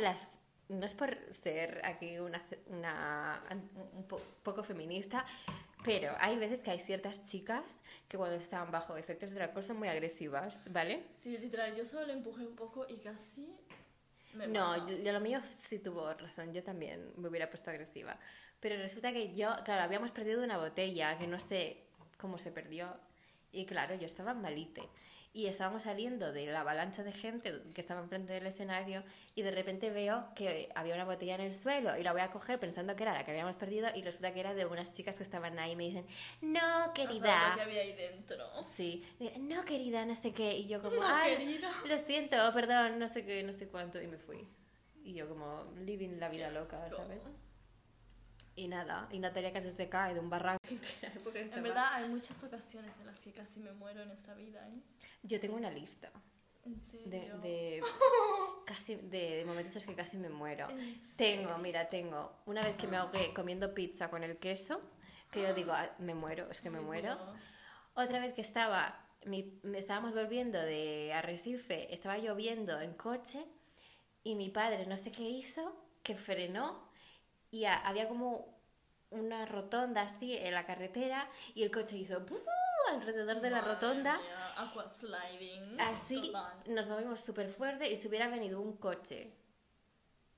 Speaker 2: Las, no es por ser aquí una, ce- una- un po- poco feminista, pero hay veces que hay ciertas chicas que cuando están bajo efectos de alcohol son muy agresivas, ¿vale?
Speaker 1: Sí, literal, yo solo le empujé un poco y casi me
Speaker 2: No,
Speaker 1: mata.
Speaker 2: yo- yo lo mío sí tuvo razón, yo también me hubiera puesto agresiva. Pero resulta que yo, claro, habíamos perdido una botella, que no sé cómo se perdió. Y claro, yo estaba malite. Y estábamos saliendo de la avalancha de gente que estaba enfrente del escenario y de repente veo que había una botella en el suelo y la voy a coger pensando que era la que habíamos perdido y resulta que era de unas chicas que estaban ahí y me dicen, no,
Speaker 1: O sea,
Speaker 2: querida.
Speaker 1: lo que había ahí dentro.
Speaker 2: Sí, de, no querida, no sé qué, y yo como,
Speaker 1: <laughs> No,
Speaker 2: "Ah,
Speaker 1: querido".
Speaker 2: lo siento, perdón, no sé qué, no sé cuánto, y me fui. Y yo como, living la vida
Speaker 1: Qué
Speaker 2: loca,
Speaker 1: asco.
Speaker 2: ¿sabes? Y nada, y Natalia casi se cae de un barranco.
Speaker 1: <laughs>
Speaker 2: Este
Speaker 1: En verdad, hay muchas ocasiones en las que casi me muero en esta vida, ¿eh?
Speaker 2: Yo tengo una lista
Speaker 1: En
Speaker 2: de,
Speaker 1: serio. <laughs>
Speaker 2: de, casi, de, de momentos en los que casi me muero.
Speaker 1: En
Speaker 2: Tengo, mira, tengo, una vez que me ahogué comiendo pizza con el queso, que yo digo, "Ah, me muero, es que me
Speaker 1: Ay,
Speaker 2: muero.
Speaker 1: Dios.
Speaker 2: Otra vez que estaba, mi- me estábamos volviendo de Arrecife, estaba lloviendo en coche y mi padre no sé qué hizo, que frenó y a- había como una rotonda así en la carretera y el coche hizo ¡puf! alrededor de la
Speaker 1: Madre
Speaker 2: rotonda.
Speaker 1: mía, aqua sliding.
Speaker 2: Así
Speaker 1: total.
Speaker 2: nos movimos súper fuerte y si hubiera venido un coche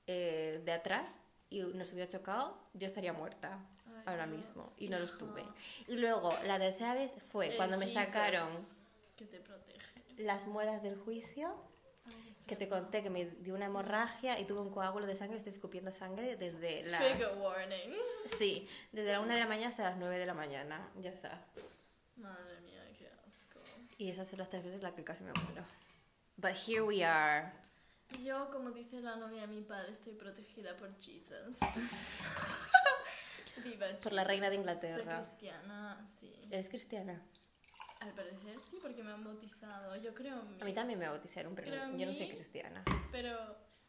Speaker 2: eh, de atrás y nos hubiera chocado, yo estaría muerta
Speaker 1: Ay,
Speaker 2: ahora
Speaker 1: Dios,
Speaker 2: mismo y no lo
Speaker 1: hija.
Speaker 2: estuve. Y luego la tercera vez fue
Speaker 1: El
Speaker 2: cuando me
Speaker 1: Eh, Jesus
Speaker 2: sacaron
Speaker 1: Que te protege.
Speaker 2: las muelas del juicio,
Speaker 1: Ay, es
Speaker 2: que te
Speaker 1: verdad.
Speaker 2: conté que me dio una hemorragia y tuve un coágulo de sangre y estoy escupiendo sangre desde las...
Speaker 1: Trigger warning.
Speaker 2: Sí, desde la 1 de la mañana hasta las 9 de la mañana, ya está.
Speaker 1: Madre mía, qué asco.
Speaker 2: Y esas son las tres veces las que casi me muero. But here we are.
Speaker 1: Yo, como dice la novia de mi padre, estoy protegida por
Speaker 2: <laughs>
Speaker 1: Jesus. Viva
Speaker 2: Por la
Speaker 1: Jesus.
Speaker 2: reina de
Speaker 1: Soy
Speaker 2: Inglaterra.
Speaker 1: cristiana, sí.
Speaker 2: ¿Eres cristiana?
Speaker 1: Al parecer sí, porque me han bautizado. Yo creo en mí.
Speaker 2: A mí también me bautizaron, pero
Speaker 1: Creo en
Speaker 2: yo no
Speaker 1: mí.
Speaker 2: soy cristiana.
Speaker 1: Pero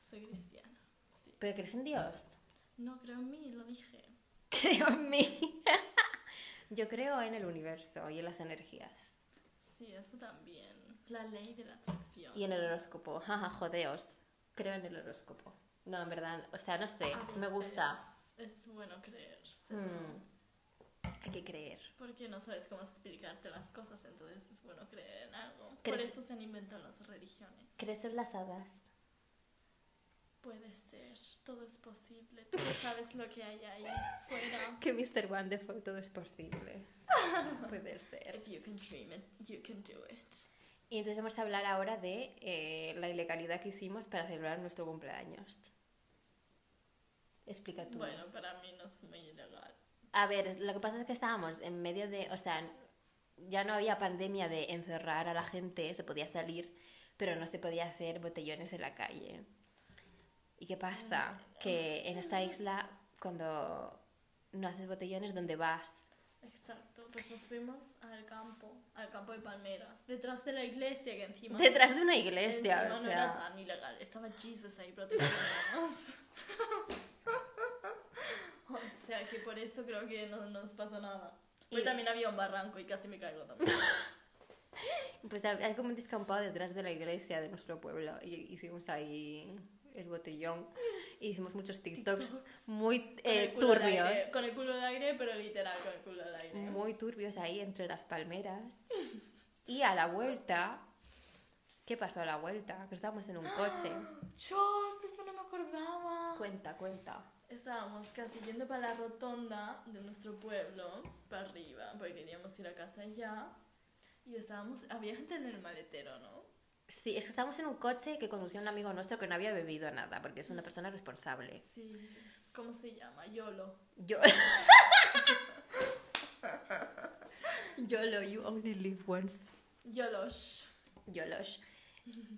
Speaker 1: Soy cristiana. Sí.
Speaker 2: ¿Pero crees en Dios? <laughs>
Speaker 1: No creo en mí, lo dije.
Speaker 2: Creo en mí. <laughs> Yo creo en el universo y en las energías.
Speaker 1: Sí, eso también. La ley de la atracción.
Speaker 2: Y en el horóscopo. <laughs> Jaja, jodeos. Creo en el horóscopo. No, en verdad, o sea, no sé,
Speaker 1: A
Speaker 2: me gusta.
Speaker 1: veces Es bueno creerse.
Speaker 2: Mm, Hay que creer.
Speaker 1: Porque no sabes cómo explicarte las cosas, entonces es bueno creer en algo. Por
Speaker 2: ¿Crees-
Speaker 1: eso se han inventado las religiones.
Speaker 2: ¿Crees en las hadas?
Speaker 1: Puede ser, todo es posible. Tú no sabes lo que hay ahí fuera.
Speaker 2: Que Mr. Wonderful todo es <laughs> posible. Puede ser.
Speaker 1: If you can dream it, you can do it.
Speaker 2: Y entonces vamos a hablar ahora de eh, la ilegalidad que hicimos para celebrar nuestro cumpleaños. Explica tú.
Speaker 1: Bueno, para mí no es muy ilegal.
Speaker 2: A ver, lo que pasa es que estábamos en medio de, o sea, ya no había pandemia de encerrar a la gente, se podía salir, pero no se podía hacer botellones en la calle. ¿Y qué pasa? Que en esta isla, cuando no haces botellones, ¿dónde vas?
Speaker 1: Exacto, pues nos fuimos al campo, al campo de palmeras, detrás de la iglesia que encima...
Speaker 2: Detrás de una
Speaker 1: encima
Speaker 2: iglesia, o
Speaker 1: no era
Speaker 2: sea.
Speaker 1: tan ilegal, estaba Jesus ahí protegiéndonos. <laughs> o sea que por eso creo que no nos pasó nada. Pero
Speaker 2: Y-
Speaker 1: también había un barranco y casi me caigo también.
Speaker 2: Pues hab- hay como un descampado detrás de la iglesia de nuestro pueblo y hicimos ahí el botellón y hicimos muchos TikToks muy
Speaker 1: Con el
Speaker 2: eh,
Speaker 1: culo al aire,
Speaker 2: turbios.
Speaker 1: con el culo al aire, pero literal con el culo al aire.
Speaker 2: muy turbios ahí entre las palmeras. Y a la vuelta, ¿qué pasó a la vuelta? Que estábamos en un
Speaker 1: <gasps>
Speaker 2: coche.
Speaker 1: ¡Chos! de Eso no me acordaba.
Speaker 2: Cuenta, cuenta.
Speaker 1: Estábamos casi yendo para la rotonda de nuestro pueblo, para arriba, porque queríamos ir a casa ya. Y estábamos, había gente en el maletero, ¿no?
Speaker 2: Sí, es que estábamos en un coche que conducía un amigo nuestro que no había bebido nada, porque es una persona responsable.
Speaker 1: Sí. ¿Cómo se llama? Yolo.
Speaker 2: Yo. <laughs> YOLO, you only live once.
Speaker 1: Yolosh.
Speaker 2: YOLOS.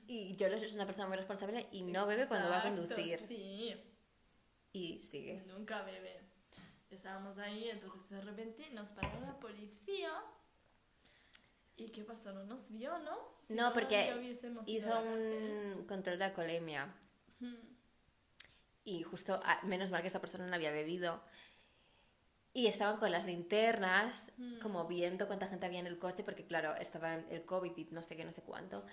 Speaker 2: Y YOLOS es una persona muy responsable y no bebe cuando va a
Speaker 1: Exacto,
Speaker 2: conducir.
Speaker 1: Sí.
Speaker 2: Y sigue.
Speaker 1: Nunca bebe. Estábamos ahí, entonces de repente nos paró la policía. ¿Y qué pasó? No nos vio, ¿no? Si
Speaker 2: No, porque
Speaker 1: ya hubiésemos ido
Speaker 2: Hizo
Speaker 1: a la cárcel.
Speaker 2: un control de alcoholemia.
Speaker 1: Hmm.
Speaker 2: Y justo, ah, menos mal que esta persona no había bebido. Y estaban con las linternas,
Speaker 1: Mm.
Speaker 2: como viendo cuánta gente había en el coche, porque claro, estaba el COVID y no sé qué, no sé cuánto.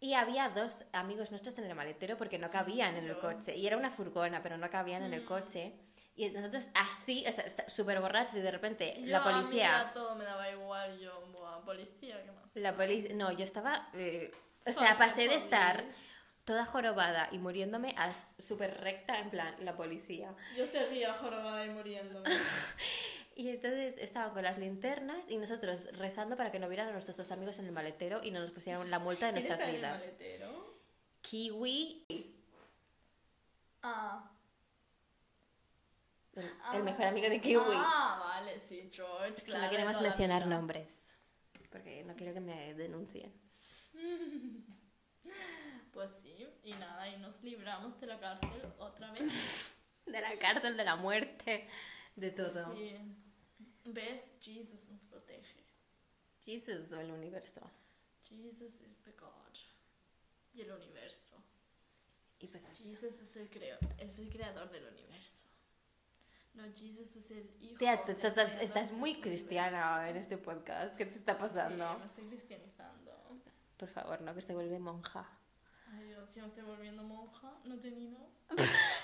Speaker 2: Y había dos amigos nuestros en el maletero porque no cabían en el
Speaker 1: Dios.
Speaker 2: coche. Y era una furgona, pero no cabían en el
Speaker 1: Mm.
Speaker 2: coche. Y nosotros así, o sea, está- súper borrachos y de repente
Speaker 1: Yo,
Speaker 2: la
Speaker 1: a mí
Speaker 2: policía...
Speaker 1: ya todo me daba igual, yo, buah, policía, ¿qué más?
Speaker 2: La policía... No, yo estaba... eh, o sea,
Speaker 1: Fuck the
Speaker 2: pasé de
Speaker 1: police.
Speaker 2: estar toda jorobada y muriéndome a súper recta, en plan, la policía.
Speaker 1: Yo seguía jorobada y
Speaker 2: <laughs>
Speaker 1: muriéndome.
Speaker 2: Y entonces estaban con las linternas y nosotros rezando para que no vieran a nuestros dos amigos en el maletero y no nos pusieran la multa de
Speaker 1: ¿Quién
Speaker 2: nuestras
Speaker 1: está en el
Speaker 2: vidas.
Speaker 1: maletero?
Speaker 2: Kiwi,
Speaker 1: Ah.
Speaker 2: el,
Speaker 1: ah.
Speaker 2: el mejor amigo de Kiwi.
Speaker 1: Ah, vale, sí, George,
Speaker 2: Si
Speaker 1: claro.
Speaker 2: no queremos
Speaker 1: toda la
Speaker 2: mencionar
Speaker 1: vida.
Speaker 2: nombres, porque no quiero que me denuncien.
Speaker 1: Pues sí, y nada, y nos libramos de la cárcel otra vez.
Speaker 2: De la cárcel, de la muerte, de todo.
Speaker 1: Sí. ¿Ves? Jesus nos protege.
Speaker 2: Jesús o el universo.
Speaker 1: Jesus is the God. Y el universo.
Speaker 2: Y pues eso.
Speaker 1: Jesus es el, creo es el creador del universo. No, Jesus es el hijo.
Speaker 2: Tía, tú-
Speaker 1: del
Speaker 2: tú estás,
Speaker 1: creador
Speaker 2: estás
Speaker 1: del
Speaker 2: muy
Speaker 1: universo.
Speaker 2: cristiana en este podcast. ¿Qué te está
Speaker 1: Sí, me
Speaker 2: pasando?
Speaker 1: estoy cristianizando.
Speaker 2: Por favor, no, que se vuelve monja.
Speaker 1: Ay Dios, ya me estoy volviendo monja. No he tenido.
Speaker 2: <laughs>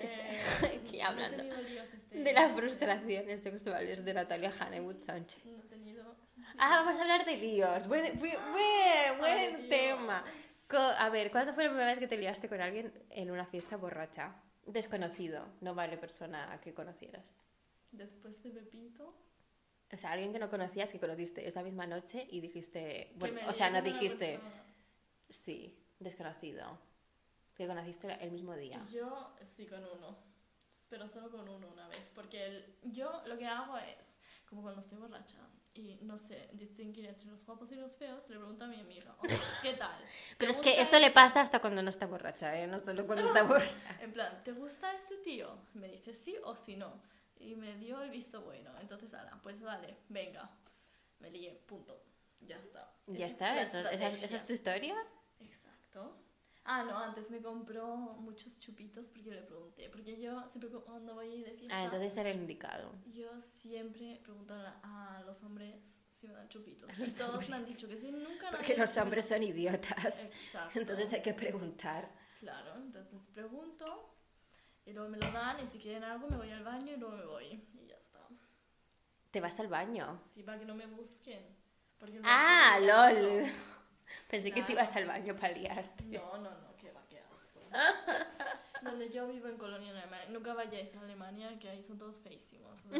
Speaker 1: Eh,
Speaker 2: Es- <laughs> aquí hablando
Speaker 1: No he tenido líos este
Speaker 2: De
Speaker 1: año,
Speaker 2: las
Speaker 1: no sé.
Speaker 2: frustraciones sexuales de Natalia Hannewood Sánchez.
Speaker 1: No he tenido.
Speaker 2: Ah, vamos a hablar de líos. Buen, bu- buen, buen
Speaker 1: Ah, Ay,
Speaker 2: tema.
Speaker 1: Dios.
Speaker 2: Co- a ver, ¿cuándo fue la primera vez que te liaste con alguien en una fiesta borracha? Desconocido, no vale persona que conocieras.
Speaker 1: Después de Pepito.
Speaker 2: O sea, alguien que no conocías, que conociste esa misma noche y dijiste...
Speaker 1: que
Speaker 2: bueno,
Speaker 1: me
Speaker 2: o sea,
Speaker 1: lié
Speaker 2: no
Speaker 1: con una
Speaker 2: dijiste...
Speaker 1: persona.
Speaker 2: Sí, desconocido. Que conociste el mismo día.
Speaker 1: Yo sí con uno, pero solo con uno una vez, porque el- yo lo que hago es, como cuando estoy borracha y no sé distinguir entre los guapos y los feos, le pregunto a mi amiga, "Oye,
Speaker 2: <laughs>
Speaker 1: ¿qué tal? ¿Te
Speaker 2: Pero es que
Speaker 1: gusta
Speaker 2: esto le
Speaker 1: este-"
Speaker 2: pasa hasta cuando no está borracha, ¿eh? No solo cuando
Speaker 1: <laughs>
Speaker 2: está borracha.
Speaker 1: En plan, ¿te gusta este tío? Me dice sí o si no. Y me dio el visto bueno, entonces, ala, pues vale, venga, me lié, punto, ya está.
Speaker 2: Ya
Speaker 1: Esa es
Speaker 2: está, eso-
Speaker 1: la
Speaker 2: esa, esa
Speaker 1: estrategia.
Speaker 2: es tu historia.
Speaker 1: Exacto. Ah, no, antes me compró muchos chupitos porque le pregunté. Porque yo siempre cu- cuando voy de fiesta,
Speaker 2: Ah, entonces era el indicado.
Speaker 1: yo siempre pregunto a, la- a los hombres si me dan chupitos.
Speaker 2: A
Speaker 1: Y
Speaker 2: los
Speaker 1: todos me han dicho que sí, nunca nadie
Speaker 2: Porque
Speaker 1: me
Speaker 2: los
Speaker 1: dio
Speaker 2: hombres son idiotas. <laughs>
Speaker 1: chupitos. Exacto.
Speaker 2: Entonces eh. hay que preguntar.
Speaker 1: Claro, entonces les pregunto y luego me lo dan y si quieren algo me voy al baño y luego me voy. Y ya está.
Speaker 2: Te vas al baño.
Speaker 1: Sí, para que no me busquen. Porque no
Speaker 2: Ah,
Speaker 1: soy-
Speaker 2: lol. Pensé que te
Speaker 1: Claro.
Speaker 2: ibas al baño para liarte.
Speaker 1: No, no, no, que va, qué asco.
Speaker 2: <laughs>
Speaker 1: Donde yo vivo en Colonia, en Alemania. Nunca vayáis a Alemania, que ahí son todos
Speaker 2: <laughs>
Speaker 1: feísimos. O sea,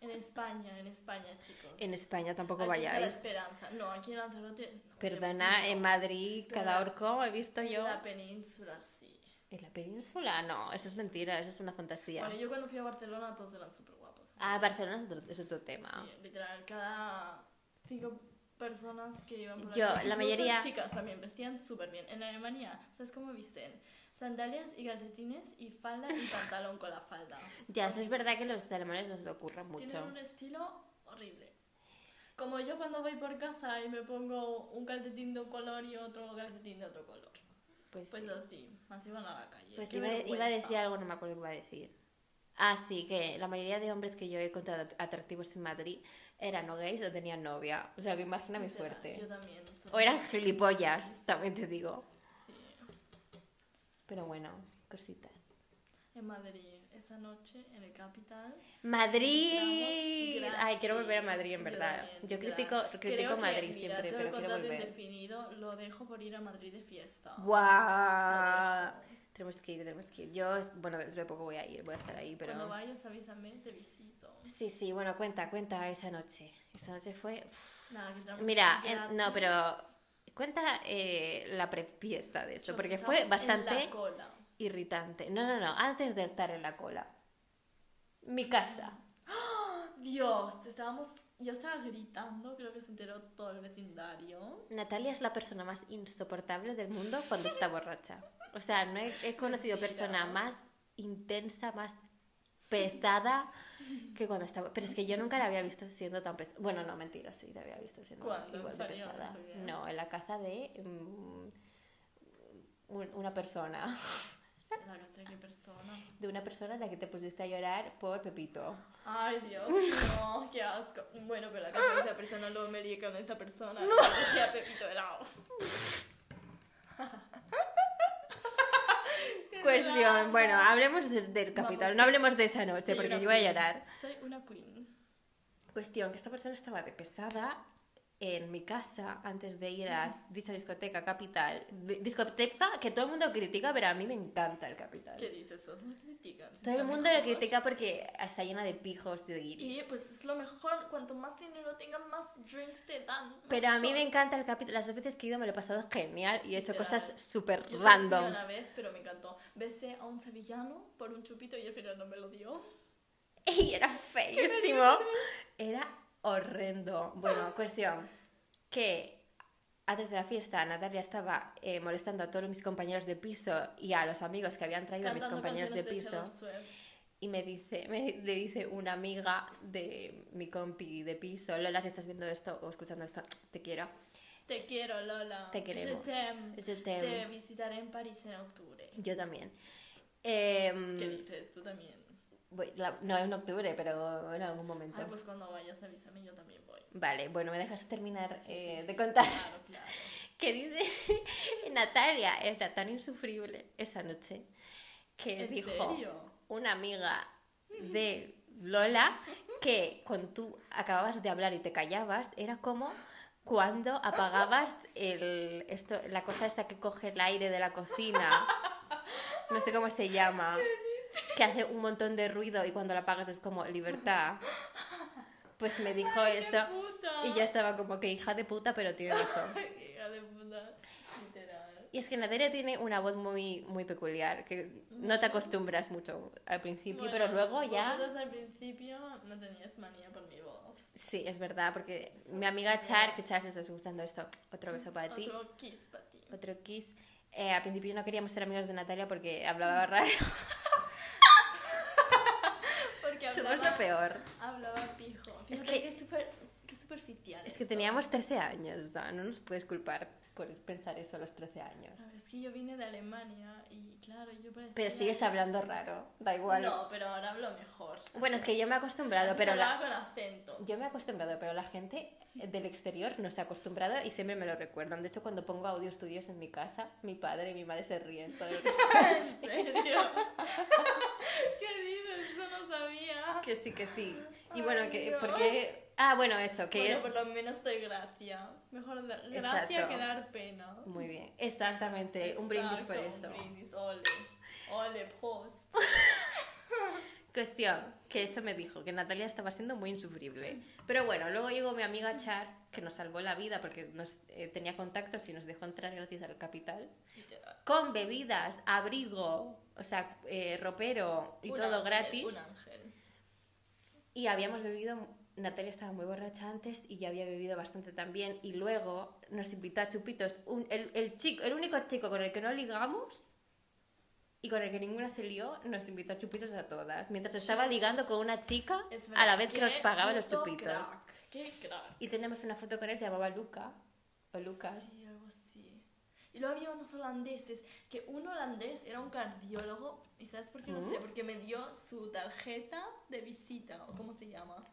Speaker 1: en España, en España, chicos.
Speaker 2: En España tampoco
Speaker 1: Aquí está la
Speaker 2: vayáis.
Speaker 1: esperanza. No, aquí en Lanzarote. no,
Speaker 2: Perdona,
Speaker 1: que-
Speaker 2: en Madrid
Speaker 1: Pero-
Speaker 2: cada orco he visto
Speaker 1: en
Speaker 2: yo.
Speaker 1: la península, sí.
Speaker 2: ¿En la península? No, eso es mentira, eso es una fantasía.
Speaker 1: Bueno, yo cuando fui a Barcelona todos eran súper guapos.
Speaker 2: Ah, Barcelona es otro, es otro tema.
Speaker 1: Sí, literal, cada cinco personas que iban por
Speaker 2: Yo,
Speaker 1: ahí,
Speaker 2: la
Speaker 1: incluso
Speaker 2: mayoría-
Speaker 1: chicas también vestían súper bien. En Alemania, ¿sabes cómo visten? Sandalias y calcetines y falda
Speaker 2: <laughs>
Speaker 1: y pantalón con la falda.
Speaker 2: Ya, sí es verdad que los alemanes nos lo ocurren
Speaker 1: Tienen
Speaker 2: mucho.
Speaker 1: un estilo horrible. Como yo cuando voy por casa y me pongo un calcetín de un color y otro calcetín de otro color.
Speaker 2: Pues,
Speaker 1: Pues
Speaker 2: sí.
Speaker 1: así, así van a la calle.
Speaker 2: Pues
Speaker 1: Qué
Speaker 2: iba, iba a
Speaker 1: vergüenza.
Speaker 2: decir algo, no me acuerdo qué iba a decir. Ah, sí, que la mayoría de hombres que yo he encontrado at- atractivos en Madrid eran o gays o tenían novia. O sea, que imagina mi
Speaker 1: Literal, Yo
Speaker 2: suerte.
Speaker 1: también.
Speaker 2: O eran gilipollas, también te digo.
Speaker 1: Sí.
Speaker 2: Pero bueno, cositas.
Speaker 1: En Madrid, esa noche, en el capital.
Speaker 2: ¡Madrid!
Speaker 1: Gramos
Speaker 2: Ay, quiero volver a Madrid, en
Speaker 1: gratis.
Speaker 2: verdad.
Speaker 1: también,
Speaker 2: Yo critico,
Speaker 1: gratis. Creo
Speaker 2: critico
Speaker 1: que,
Speaker 2: Madrid
Speaker 1: mira,
Speaker 2: siempre,
Speaker 1: tengo
Speaker 2: pero quiero
Speaker 1: el contrato
Speaker 2: volver.
Speaker 1: indefinido, lo dejo por ir a Madrid de fiesta.
Speaker 2: ¡Guau!
Speaker 1: Lo dejo.
Speaker 2: Tenemos que ir, tenemos que ir. Yo, bueno, dentro de poco voy a ir, voy a estar ahí, pero...
Speaker 1: Cuando vayas, avísame, te visito.
Speaker 2: Sí, sí, bueno, cuenta, cuenta esa noche. Esa noche fue... uf,
Speaker 1: Nada, que tenemos
Speaker 2: Mira,
Speaker 1: que ir
Speaker 2: en- no,
Speaker 1: gratis.
Speaker 2: pero cuenta eh, la prefiesta de eso,
Speaker 1: Nos
Speaker 2: porque
Speaker 1: estábamos
Speaker 2: fue
Speaker 1: pues, en
Speaker 2: bastante
Speaker 1: la cola.
Speaker 2: irritante. No, no, no, antes de estar en la cola. Mi casa.
Speaker 1: Dios, te estábamos. Yo estaba gritando, creo que se enteró todo el vecindario.
Speaker 2: Natalia es la persona más insoportable del mundo cuando está borracha. O sea, no he, he conocido
Speaker 1: Mentira.
Speaker 2: persona más intensa, más pesada que cuando estaba. Pero es que yo nunca la había visto siendo tan pesada. Bueno, no, mentira, sí, la había visto siendo
Speaker 1: ¿Cuándo?
Speaker 2: igual
Speaker 1: ¿En
Speaker 2: de
Speaker 1: Fariña? No
Speaker 2: pesada.
Speaker 1: sé qué.
Speaker 2: No, en la casa de mm, un- una persona.
Speaker 1: En La casa de qué persona.
Speaker 2: De una persona en la que te pusiste a llorar por Pepito.
Speaker 1: Ay,
Speaker 2: <laughs>
Speaker 1: Dios, no, qué asco. Bueno, pero la casa de esa persona luego me lié con esta persona. No. Decía Pepito de lado.
Speaker 2: <laughs> Cuestión, bueno, hablemos de- del
Speaker 1: Vamos,
Speaker 2: capital,
Speaker 1: que-
Speaker 2: no hablemos de esa noche porque yo voy a llorar.
Speaker 1: Soy una queen.
Speaker 2: Cuestión, que esta persona estaba de pesada en mi casa antes de ir <laughs> a dicha discoteca capital. Discoteca que todo el mundo critica, pero a mí me encanta el capital.
Speaker 1: ¿Qué dices? Todos me critican.
Speaker 2: Todo el
Speaker 1: Lo
Speaker 2: mundo lo
Speaker 1: mejor.
Speaker 2: critica porque está llena de pijos y de guiris.
Speaker 1: Y pues es lo mejor. Cuanto más dinero tengan, más drinks te dan. más
Speaker 2: Pero a mí me
Speaker 1: shots.
Speaker 2: encanta el capital. Las dos veces que he ido me lo he pasado genial y he hecho
Speaker 1: Literal.
Speaker 2: cosas súper
Speaker 1: Yo solo fui
Speaker 2: randoms.
Speaker 1: una vez, pero me encantó. Besé a un sevillano por un chupito y al final no me lo dio.
Speaker 2: Y era feísimo. Era horrendo. Bueno, cuestión. Que antes de la fiesta Natalia estaba eh, molestando a todos mis compañeros de piso y a los amigos que habían traído a mis compañeros de
Speaker 1: canciones
Speaker 2: piso.
Speaker 1: Taylor Swift.
Speaker 2: Y me dice, me, le dice una amiga de mi compi de piso, Lola, si estás viendo esto o escuchando esto, te quiero.
Speaker 1: Te quiero, Lola.
Speaker 2: Te queremos.
Speaker 1: Je t'aime.
Speaker 2: Je t'aime.
Speaker 1: Te visitaré en París en octubre.
Speaker 2: Yo también. Em,
Speaker 1: ¿Qué dices? Tú también.
Speaker 2: voy- la- no en octubre, pero en algún momento.
Speaker 1: Ay, pues cuando vayas avísame, yo también voy.
Speaker 2: Vale, bueno, me dejas terminar
Speaker 1: Sí,
Speaker 2: eh,
Speaker 1: sí,
Speaker 2: de
Speaker 1: sí,
Speaker 2: contar. <laughs>
Speaker 1: Claro, claro.
Speaker 2: que dice <laughs> Natalia era tan insufrible esa noche que
Speaker 1: ¿En
Speaker 2: Eh, dijo
Speaker 1: serio? <laughs>
Speaker 2: una amiga de Lola que cuando tú acababas de hablar y te callabas era como cuando apagabas el esto la cosa esta que coge el aire de la cocina no sé cómo se llama que hace un montón de ruido y cuando la apagas es como libertad pues me dijo esto
Speaker 1: puta!
Speaker 2: y yo estaba como que hija de puta pero tiene razón
Speaker 1: Ay, hija de puta. Literal.
Speaker 2: y es que Natalia tiene una voz muy, muy peculiar, que no te acostumbras mucho al principio,
Speaker 1: Bueno,
Speaker 2: pero luego ya...
Speaker 1: vosotros al principio no tenías manía por mi voz.
Speaker 2: Sí, es verdad, porque mi amiga Char, que Char, si estás escuchando esto, otro beso para ti,
Speaker 1: Otro kiss para ti.
Speaker 2: otro kiss. Eh, al principio no queríamos ser amigos de Natalia porque hablaba
Speaker 1: <laughs>
Speaker 2: raro,
Speaker 1: Porque
Speaker 2: <laughs> somos
Speaker 1: hablaba-
Speaker 2: lo peor.
Speaker 1: Hablaba pijo.
Speaker 2: Es
Speaker 1: Fíjate
Speaker 2: que-
Speaker 1: que es súper- que superficial.
Speaker 2: Es que
Speaker 1: esto.
Speaker 2: teníamos 13 años, o sea, no nos puedes culpar por pensar eso a los 13 años.
Speaker 1: A ver, es que yo vine de Alemania y claro, yo parecía...
Speaker 2: Pero sigues hablando raro, da igual.
Speaker 1: No, pero ahora hablo mejor.
Speaker 2: Bueno, es que yo me he acostumbrado,
Speaker 1: Antes
Speaker 2: pero
Speaker 1: hablaba
Speaker 2: la...
Speaker 1: con
Speaker 2: <laughs>
Speaker 1: acento. <laughs>
Speaker 2: yo me he acostumbrado, pero la gente del exterior no se ha acostumbrado y siempre me lo recuerdan. De hecho, cuando pongo audio estudios en mi casa, mi padre y mi madre se ríen todo el
Speaker 1: ¿En serio? <laughs> ¿Qué dices? Eso no sabía.
Speaker 2: Que sí, que sí. Y bueno,
Speaker 1: Ay,
Speaker 2: que
Speaker 1: no.
Speaker 2: porque ah, bueno, eso, que
Speaker 1: Bueno, por lo menos doy gracia. Mejor dar gracia
Speaker 2: Exacto.
Speaker 1: que dar pena.
Speaker 2: muy bien, exactamente, un brindis por
Speaker 1: Exacto,
Speaker 2: eso.
Speaker 1: Un brindis, ole. Ole, post.
Speaker 2: Cuestión, que eso me dijo, que Natalia estaba siendo muy insufrible. Pero bueno, luego llegó mi amiga Char, que nos salvó la vida porque nos, eh, tenía contactos y nos dejó entrar gratis al capital. Con bebidas, abrigo, o sea, eh, ropero y
Speaker 1: Un
Speaker 2: todo
Speaker 1: ángel,
Speaker 2: gratis.
Speaker 1: Un ángel.
Speaker 2: Y habíamos bebido, Natalia estaba muy borracha antes y yo había bebido bastante también. Y luego nos invitó a Chupitos, un- el, el chico, el único chico con el que no ligamos y con el que ninguna se lió, nos invitó a Chupitos a todas. Mientras estaba ligando con una chica
Speaker 1: Es
Speaker 2: a la
Speaker 1: verdad,
Speaker 2: vez que
Speaker 1: qué
Speaker 2: nos pagaba los
Speaker 1: puto
Speaker 2: Chupitos.
Speaker 1: crack, Qué crack.
Speaker 2: Y tenemos una foto con él, se llamaba Luca. O Lucas.
Speaker 1: Sí, algo así. Y luego había unos holandeses, que un holandés era un cardiólogo, y ¿sabes por qué? No
Speaker 2: ¿Mm?
Speaker 1: sé, porque me dio su tarjeta de visita, o cómo se llama.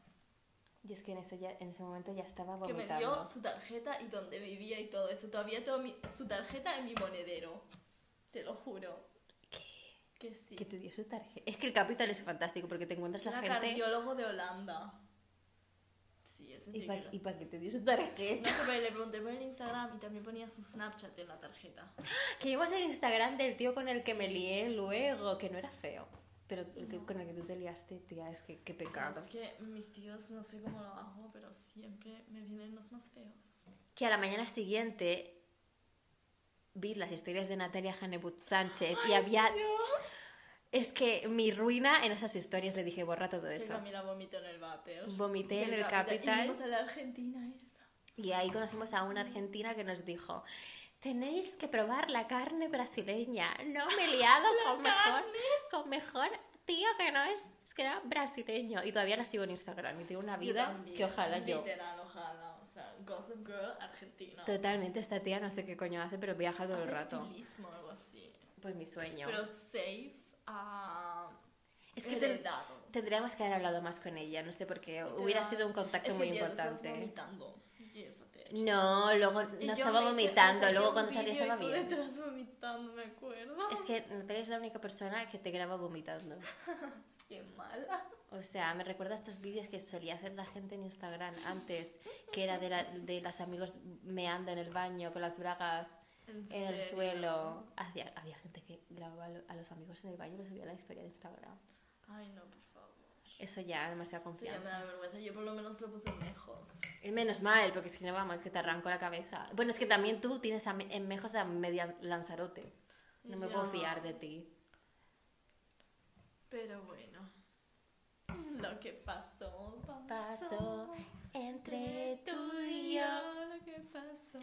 Speaker 2: Y es que en, eso ya, en ese momento ya estaba
Speaker 1: Que me
Speaker 2: vomitando.
Speaker 1: dio su tarjeta y donde vivía y todo eso. Todavía tengo mi- su tarjeta en mi monedero, te lo juro. ¿Qué? Que sí.
Speaker 2: Que te dio su tarjeta. Es que el capital es fantástico porque te encuentras
Speaker 1: Era
Speaker 2: a gente...
Speaker 1: cardiólogo de Holanda. Sí, ese
Speaker 2: Y
Speaker 1: sí.
Speaker 2: para
Speaker 1: que era.
Speaker 2: que te dio su tarjeta.
Speaker 1: No sé, pero le pregunté por el Instagram y también ponía su Snapchat en la tarjeta.
Speaker 2: Que llevas el Instagram del tío con el que me lié luego, que no era feo. Pero el que- con el que tú te liaste, tía, es que qué pecado.
Speaker 1: Es que mis tíos no sé cómo lo hago, pero siempre me vienen los más feos.
Speaker 2: Que a la mañana siguiente vi las historias de Natalia Hanebut Sánchez y había... Es que mi ruina en esas historias le dije, borra todo
Speaker 1: Que
Speaker 2: eso.
Speaker 1: Camila vomitó en el váter.
Speaker 2: Vomité en
Speaker 1: Del
Speaker 2: el
Speaker 1: Y
Speaker 2: capital
Speaker 1: vimos a la Argentina esa.
Speaker 2: y ahí conocimos a una argentina que nos dijo, tenéis que probar la carne brasileña. No me he
Speaker 1: <laughs>
Speaker 2: liado con mejor, con mejor tío que no es, es que era brasileño. Y todavía la sigo en Instagram y tengo una
Speaker 1: Yo
Speaker 2: vida
Speaker 1: también,
Speaker 2: que ojalá yo...
Speaker 1: Literal, ojalá. O sea, Gossip Girl argentina.
Speaker 2: Totalmente, esta tía no sé qué coño hace, pero viaja todo el
Speaker 1: Hace
Speaker 2: rato.
Speaker 1: estilismo o algo así.
Speaker 2: Pues mi sueño.
Speaker 1: Pero safe a...
Speaker 2: es que te-
Speaker 1: heredado.
Speaker 2: tendríamos que haber hablado más con ella, no sé, porque hubiera
Speaker 1: Literal.
Speaker 2: sido un contacto
Speaker 1: Es que,
Speaker 2: muy
Speaker 1: tía, tú estás
Speaker 2: importante.
Speaker 1: vomitando. Y eso te-
Speaker 2: No, luego
Speaker 1: Y
Speaker 2: no estaba
Speaker 1: yo me hice- me
Speaker 2: vomitando,
Speaker 1: saqué
Speaker 2: luego
Speaker 1: un
Speaker 2: cuando salí
Speaker 1: vídeo y
Speaker 2: estaba
Speaker 1: tú
Speaker 2: bien.
Speaker 1: detrás vomitando, me acuerdo.
Speaker 2: Es que Natalia es la única persona que te graba vomitando.
Speaker 1: Qué mala.
Speaker 2: O sea, me recuerda a estos vídeos que solía hacer la gente en Instagram antes, que era de, la- de las amigos meando en el baño con las bragas
Speaker 1: En,
Speaker 2: en el
Speaker 1: serio.
Speaker 2: suelo. Hacía- había gente que grababa a lo- a los amigos en el baño y los subía a la historia de Instagram.
Speaker 1: Ay, no, por favor.
Speaker 2: Eso ya, demasiada
Speaker 1: Sí, ya me
Speaker 2: confianza.
Speaker 1: da vergüenza. Yo por lo menos lo puse lejos.
Speaker 2: Y Menos mal, porque si no, vamos, que te arranco la cabeza. Bueno, es que también tú tienes a me- en Mejos a media Lanzarote. No me
Speaker 1: Ya.
Speaker 2: puedo fiar de ti.
Speaker 1: Pero bueno. <laughs> Lo que pasó, pasó.
Speaker 2: Pasó entre tú y yo.
Speaker 1: Lo que pasó,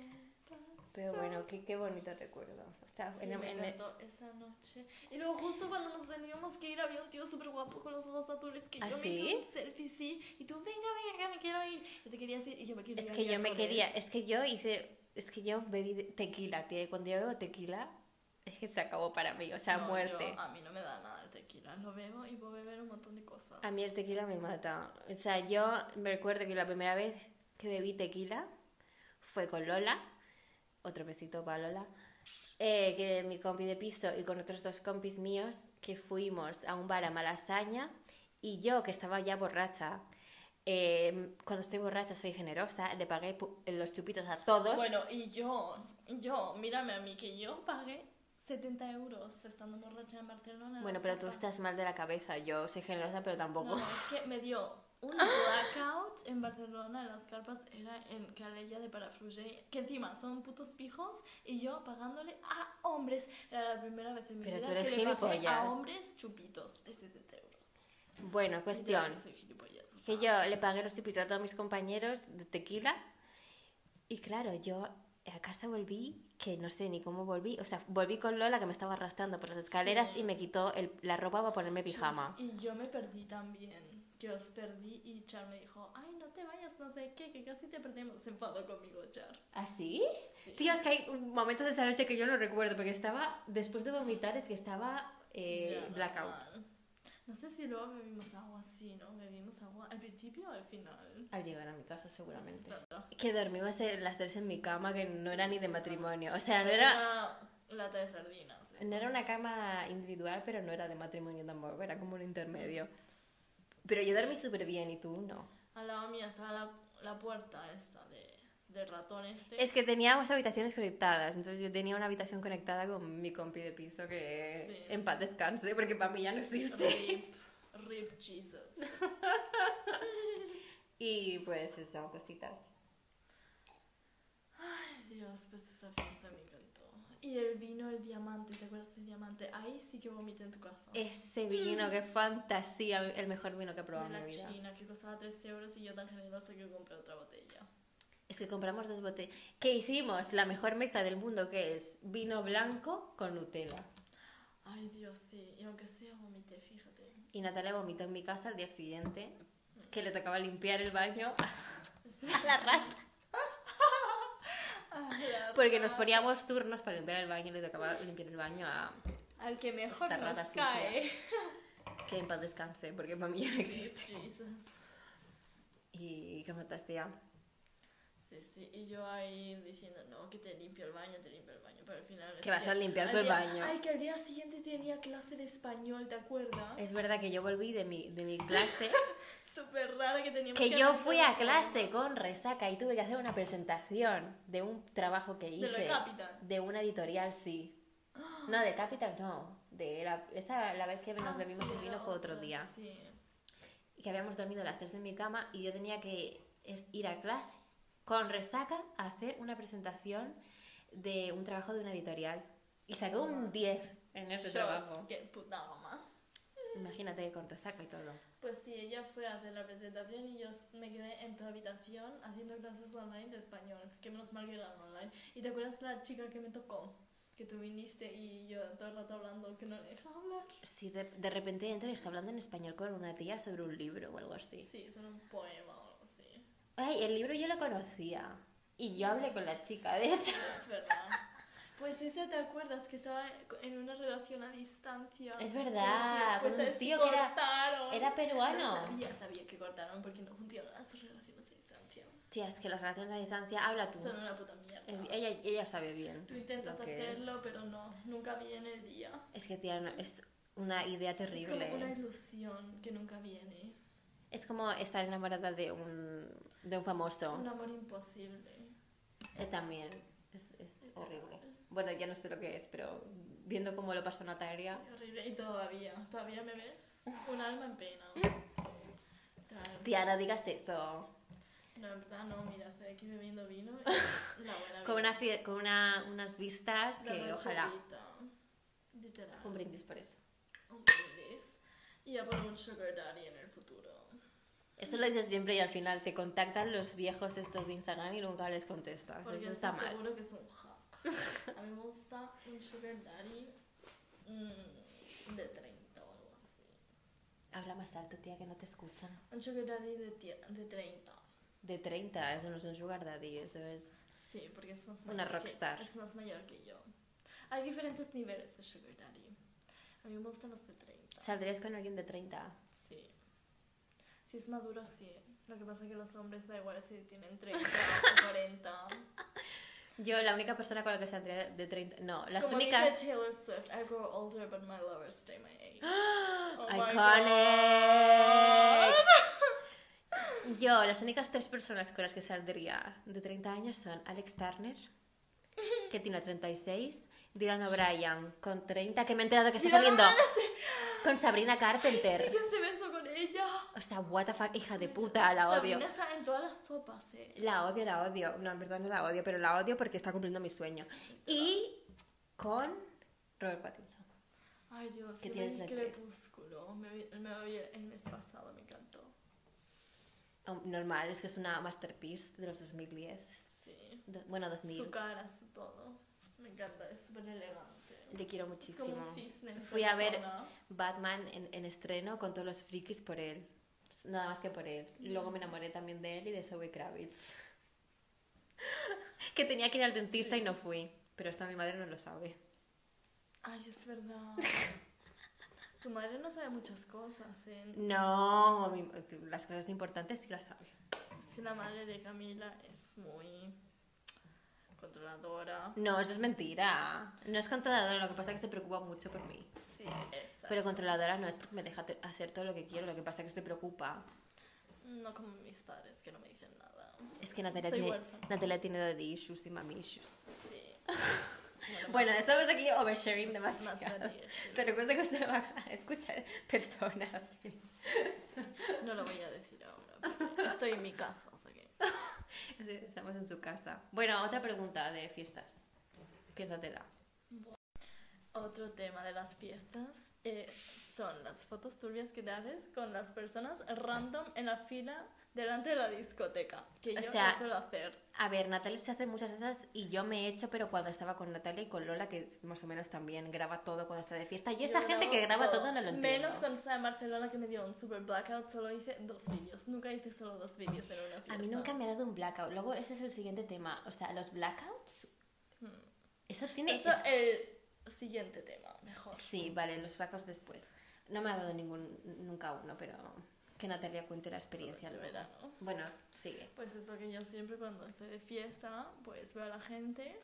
Speaker 1: pasó.
Speaker 2: Pero bueno, qué, qué bonito recuerdo. O sea,
Speaker 1: Sí,
Speaker 2: en-
Speaker 1: me
Speaker 2: Ah, en-
Speaker 1: encantó esa noche. Y luego justo cuando nos teníamos que ir había un tío súper guapo con los ojos azules que
Speaker 2: ¿Ah,
Speaker 1: yo me
Speaker 2: sí?
Speaker 1: hice un selfie, sí. Y tú, venga, venga, que me quiero ir. Y te querías ir y yo me quería
Speaker 2: Es
Speaker 1: ir
Speaker 2: que yo me
Speaker 1: con él.
Speaker 2: quería, es que yo hice, es que yo bebí de- tequila, tía, y cuando yo bebo tequila, es que se acabó para mí, o sea,
Speaker 1: No,
Speaker 2: muerte.
Speaker 1: yo- a mí no me da nada el tequila. Lo bebo y puedo beber un montón de cosas.
Speaker 2: A mí el tequila me mata. O sea, yo me recuerdo que la primera vez que bebí tequila fue con Lola, otro besito para Lola, eh, que mi compi de piso y con otros dos compis míos que fuimos a un bar a Malasaña y yo que estaba ya borracha. eh, cuando estoy borracha soy generosa, le pagué pu- los chupitos a todos.
Speaker 1: Bueno, y yo, yo, mírame a mí, que yo pagué 70 euros estando borracha en Barcelona. en
Speaker 2: Bueno,
Speaker 1: las
Speaker 2: pero tú
Speaker 1: tapas.
Speaker 2: estás mal de la cabeza. Yo soy generosa, pero
Speaker 1: No,
Speaker 2: tampoco.
Speaker 1: es que me dio
Speaker 2: <laughs>
Speaker 1: un blackout en Barcelona, en las carpas, era en Calella de Parafrugell, que encima son putos pijos, y yo pagándole a hombres. Era la primera vez en mi
Speaker 2: Pero
Speaker 1: vida
Speaker 2: tú eres
Speaker 1: que le pagué a
Speaker 2: gilipollas.
Speaker 1: hombres chupitos de 70 euros.
Speaker 2: Bueno, cuestión.
Speaker 1: Literal, Soy gilipollas. o
Speaker 2: Que
Speaker 1: sea,
Speaker 2: yo le pagué los chupitos a todos mis compañeros de tequila. Y claro, yo a casa volví, que no sé ni cómo volví. O sea, volví con Lola que me estaba arrastrando por las escaleras
Speaker 1: Sí.
Speaker 2: y me quitó el- la ropa para ponerme pijama.
Speaker 1: Y yo me perdí también. que os perdí y Char me dijo, ay, no te vayas, no sé qué, que casi te perdemos. Se enfadó conmigo Char.
Speaker 2: ¿Así?
Speaker 1: Sí.
Speaker 2: ¿Ah, Tío, es que hay momentos de esa noche que yo no recuerdo, porque estaba, después de vomitar, es que estaba eh,
Speaker 1: Ya,
Speaker 2: blackout.
Speaker 1: normal. No sé si luego bebimos agua así, ¿no? Bebimos agua al principio o al final.
Speaker 2: Al llegar a mi casa, seguramente.
Speaker 1: Claro.
Speaker 2: Que dormimos eh, las tres en mi cama, que no era ni de matrimonio. O sea, no era,
Speaker 1: Una lata de sardinas.
Speaker 2: no era una cama individual, pero no era de matrimonio tampoco, era como un intermedio. Pero yo dormí súper bien y tú no.
Speaker 1: Al lado mía estaba la, la puerta esta de, de ratón este.
Speaker 2: Es que teníamos habitaciones conectadas, entonces yo tenía una habitación conectada con mi compi de piso que
Speaker 1: Sí.
Speaker 2: en paz descanse, porque para mí ya no existe.
Speaker 1: Rip, rip Jesus.
Speaker 2: <laughs> Y pues eso, cositas.
Speaker 1: Ay, Dios, pues esa fiesta me encantó. Y el vino, el diamante, ¿te acuerdas del diamante? Ahí sí que vomité en tu casa.
Speaker 2: Ese vino, qué fantasía, el mejor vino que he probado
Speaker 1: de
Speaker 2: en mi
Speaker 1: la
Speaker 2: vida.
Speaker 1: China, que costaba 3 euros y yo tan generosa que compré otra botella.
Speaker 2: Es que compramos dos botellas. ¿Qué hicimos? La mejor mezcla del mundo, que es vino blanco con Nutella.
Speaker 1: Ay, Dios, sí. Y aunque sea, vomité, fíjate.
Speaker 2: Y Natalia vomitó en mi casa al día siguiente, que le tocaba limpiar el <laughs> baño a la rata. Porque nos poníamos turnos para limpiar el baño y le tocaba limpiar el baño a
Speaker 1: Al que mejor
Speaker 2: pues, Esta
Speaker 1: nos
Speaker 2: rata sucia.
Speaker 1: cae.
Speaker 2: que en paz descanse, porque para mí ya no existe.
Speaker 1: <laughs> Jesus.
Speaker 2: Y qué fantasía.
Speaker 1: Sí, sí, y yo ahí diciendo, no, que te limpio el baño, te limpio el baño, pero al final...
Speaker 2: Que vas a limpiar
Speaker 1: al
Speaker 2: tú el
Speaker 1: día-
Speaker 2: baño.
Speaker 1: Ay, que al día siguiente tenía clase de español, ¿te acuerdas?
Speaker 2: Es verdad que yo volví de mi, de mi clase, <laughs>
Speaker 1: Súper rara que teníamos
Speaker 2: que yo
Speaker 1: analizar
Speaker 2: fui a
Speaker 1: el
Speaker 2: clase con resaca y tuve que hacer una presentación de un trabajo que
Speaker 1: De
Speaker 2: hice.
Speaker 1: lo de Capital.
Speaker 2: De una editorial, sí. No, de Capital no. De la, esa, la vez que nos
Speaker 1: Ah,
Speaker 2: bebimos
Speaker 1: sí,
Speaker 2: el vino
Speaker 1: la
Speaker 2: fue otro
Speaker 1: otra,
Speaker 2: día.
Speaker 1: Sí.
Speaker 2: Y que habíamos dormido las tres en mi cama y yo tenía que es- ir a clase con resaca a hacer una presentación de un trabajo de una editorial. Y saqué un 10 en ese
Speaker 1: Shots,
Speaker 2: trabajo.
Speaker 1: qué puta mamá.
Speaker 2: Imagínate con resaca y todo.
Speaker 1: Pues sí, ella fue a hacer la presentación y yo me quedé en tu habitación haciendo clases online de español, que menos mal que eran online. ¿Y te acuerdas la chica que me tocó? Que tú viniste y yo todo el rato hablando, que no le dejaba hablar.
Speaker 2: Sí, de, de repente entro y está hablando en español con una tía sobre un libro o algo así.
Speaker 1: Sí, eso era un poema o algo así.
Speaker 2: Ay, el libro yo lo conocía. Y yo hablé con la chica, de hecho.
Speaker 1: Es verdad. Pues esa te acuerdas que estaba en una relación a distancia.
Speaker 2: Es verdad,
Speaker 1: Con un tío, pues
Speaker 2: con un
Speaker 1: ¿sabes
Speaker 2: tío
Speaker 1: qué
Speaker 2: que era-
Speaker 1: cortaron.
Speaker 2: Era peruano.
Speaker 1: Pero sabía, sabía que cortaron porque no funcionan las relaciones a distancia.
Speaker 2: Tía, es que las relaciones a distancia, habla tú.
Speaker 1: Son una puta mierda.
Speaker 2: Es- ella, ella sabe bien.
Speaker 1: Tú intentas
Speaker 2: lo que es.
Speaker 1: hacerlo, pero no, nunca viene el día.
Speaker 2: Es que, tía, no- es una idea
Speaker 1: Es
Speaker 2: terrible.
Speaker 1: como una ilusión que nunca viene.
Speaker 2: estar enamorada de un, de un famoso.
Speaker 1: Un amor imposible.
Speaker 2: Eh, también. Es, es horrible. Bueno, ya no sé lo que es, pero viendo cómo lo pasó Natalia.
Speaker 1: Horrible. Y todavía, todavía me ves un alma en pena. Claro.
Speaker 2: Mm. Tía, no digas eso.
Speaker 1: La verdad, no, mira, estoy aquí bebiendo
Speaker 2: <laughs>
Speaker 1: vino. y La buena
Speaker 2: Con,
Speaker 1: vida.
Speaker 2: una, fie- con una- unas vistas
Speaker 1: La
Speaker 2: que ojalá.
Speaker 1: nocherita. Literal.
Speaker 2: Un brindis por eso.
Speaker 1: Un brindis. Y a por un sugar daddy en el futuro.
Speaker 2: Pues Eso lo dices siempre y al final te contactan los viejos estos de Instagram y nunca les contestas.
Speaker 1: Porque
Speaker 2: Eso
Speaker 1: estoy
Speaker 2: está mal.
Speaker 1: seguro que es un hack. A mí me gusta un sugar daddy mm, de 30 o algo así.
Speaker 2: Habla más alto, tía, que no te escuchan.
Speaker 1: Un sugar daddy de, tie- de 30.
Speaker 2: De 30, eso no es un sugar daddy, eso es...
Speaker 1: Sí, porque es más
Speaker 2: Una
Speaker 1: mayor que-
Speaker 2: rockstar.
Speaker 1: es más mayor que yo. Hay diferentes niveles de sugar daddy. A mí me gustan los de 30.
Speaker 2: ¿Saldrías con alguien de 30?
Speaker 1: Sí. Si es maduro, sí. Lo que pasa es que los hombres da igual si tienen 30
Speaker 2: <laughs>
Speaker 1: o 40.
Speaker 2: Yo, la única persona con la que saldría de 30... No, las
Speaker 1: Como
Speaker 2: únicas...
Speaker 1: dice Taylor Swift, I grow older but my lovers stay
Speaker 2: <gasps>
Speaker 1: my age. Oh my
Speaker 2: ¡Iconic!
Speaker 1: God.
Speaker 2: Yo, las únicas tres personas con las que saldría de 30 años son Alex
Speaker 1: <laughs>
Speaker 2: Turner, que tiene 36, Dylan O'Brien, con 30, que me he enterado que está
Speaker 1: Dylan
Speaker 2: saliendo
Speaker 1: <laughs>
Speaker 2: con Sabrina Carpenter.
Speaker 1: <laughs> Sí que se besó con ella.
Speaker 2: O sea, what the fuck, hija de puta, la odio.
Speaker 1: Sabrina está en todas las sopas, eh.
Speaker 2: La odio, la odio. No, en verdad no la odio, pero la odio porque está cumpliendo mi sueño. Y con Robert Pattinson.
Speaker 1: Ay Dios,
Speaker 2: Que
Speaker 1: yo
Speaker 2: tiene
Speaker 1: me vi
Speaker 2: 33.
Speaker 1: crepúsculo. Me vi, me vi el mes pasado, me encantó.
Speaker 2: Oh, Normal, es que es una masterpiece de los 2010.
Speaker 1: Sí.
Speaker 2: Do- bueno,
Speaker 1: Su
Speaker 2: 2000.
Speaker 1: cara, su todo. Me encanta, es súper elegante.
Speaker 2: Le quiero
Speaker 1: Es como
Speaker 2: muchísimo.
Speaker 1: un cisne. en
Speaker 2: Fui a ver
Speaker 1: persona.
Speaker 2: Batman en, en estreno con todos los frikis por él. nada más que por él. Y luego me enamoré también de él y de Zoe Kravitz. <laughs> que tenía que ir al dentista y no fui. Pero esta mi madre no lo sabe.
Speaker 1: Ay,
Speaker 2: <laughs>
Speaker 1: es verdad. tu madre no sabe muchas cosas, ¿eh?
Speaker 2: No, mi- las cosas importantes sí las sabe.
Speaker 1: Es que la madre de Camila es muy controladora.
Speaker 2: No, eso es mentira. No es controladora, lo que pasa es que se preocupa mucho por mí.
Speaker 1: Sí, esa.
Speaker 2: Pero controladora no es porque me deja te- hacer todo lo que quiero, lo que pasa es que se preocupa.
Speaker 1: No como mis padres que no me dicen nada.
Speaker 2: Es que Natalia
Speaker 1: Soy
Speaker 2: tiene,
Speaker 1: huérfana.
Speaker 2: Natalia tiene daddy issues y mami issues. <laughs>
Speaker 1: Sí.
Speaker 2: Bueno, estamos aquí oversharing
Speaker 1: más
Speaker 2: demasiado.
Speaker 1: nadie.
Speaker 2: Te recuerdo que usted lo va <laughs> a escuchar personas.
Speaker 1: No lo voy a decir ahora. porque Estoy en mi casa, o sea que.
Speaker 2: Estamos en su casa. Bueno, otra pregunta de fiestas. Piénsatela.
Speaker 1: Otro tema de las fiestas eh, son las fotos turbias que te haces con las personas random en la fila delante de la discoteca. Que
Speaker 2: O
Speaker 1: yo
Speaker 2: sea-
Speaker 1: no suelo hacer.
Speaker 2: A ver, Natalia se hace muchas esas y yo me he hecho, pero cuando estaba con Natalia y con Lola, que es más o menos también graba todo cuando está de fiesta. Yo, esa
Speaker 1: Yo
Speaker 2: gente que
Speaker 1: grabo
Speaker 2: graba todo, no lo entiendo.
Speaker 1: Menos cuando estaba en Barcelona que me dio un super blackout, solo hice dos vídeos. Nunca hice solo dos vídeos en una fiesta.
Speaker 2: A mí nunca me ha dado un blackout. Luego, ese es el siguiente tema. O sea, los blackouts. Hmm. Eso tiene.
Speaker 1: Eso
Speaker 2: es-
Speaker 1: el siguiente tema, mejor.
Speaker 2: Sí, vale, los blackouts después. No me ha dado ningún. Nunca uno, pero que Natalia cuente la experiencia
Speaker 1: Sobre este
Speaker 2: luego.
Speaker 1: verano.
Speaker 2: Bueno, sigue.
Speaker 1: Pues eso que yo siempre cuando estoy de fiesta, pues veo a la gente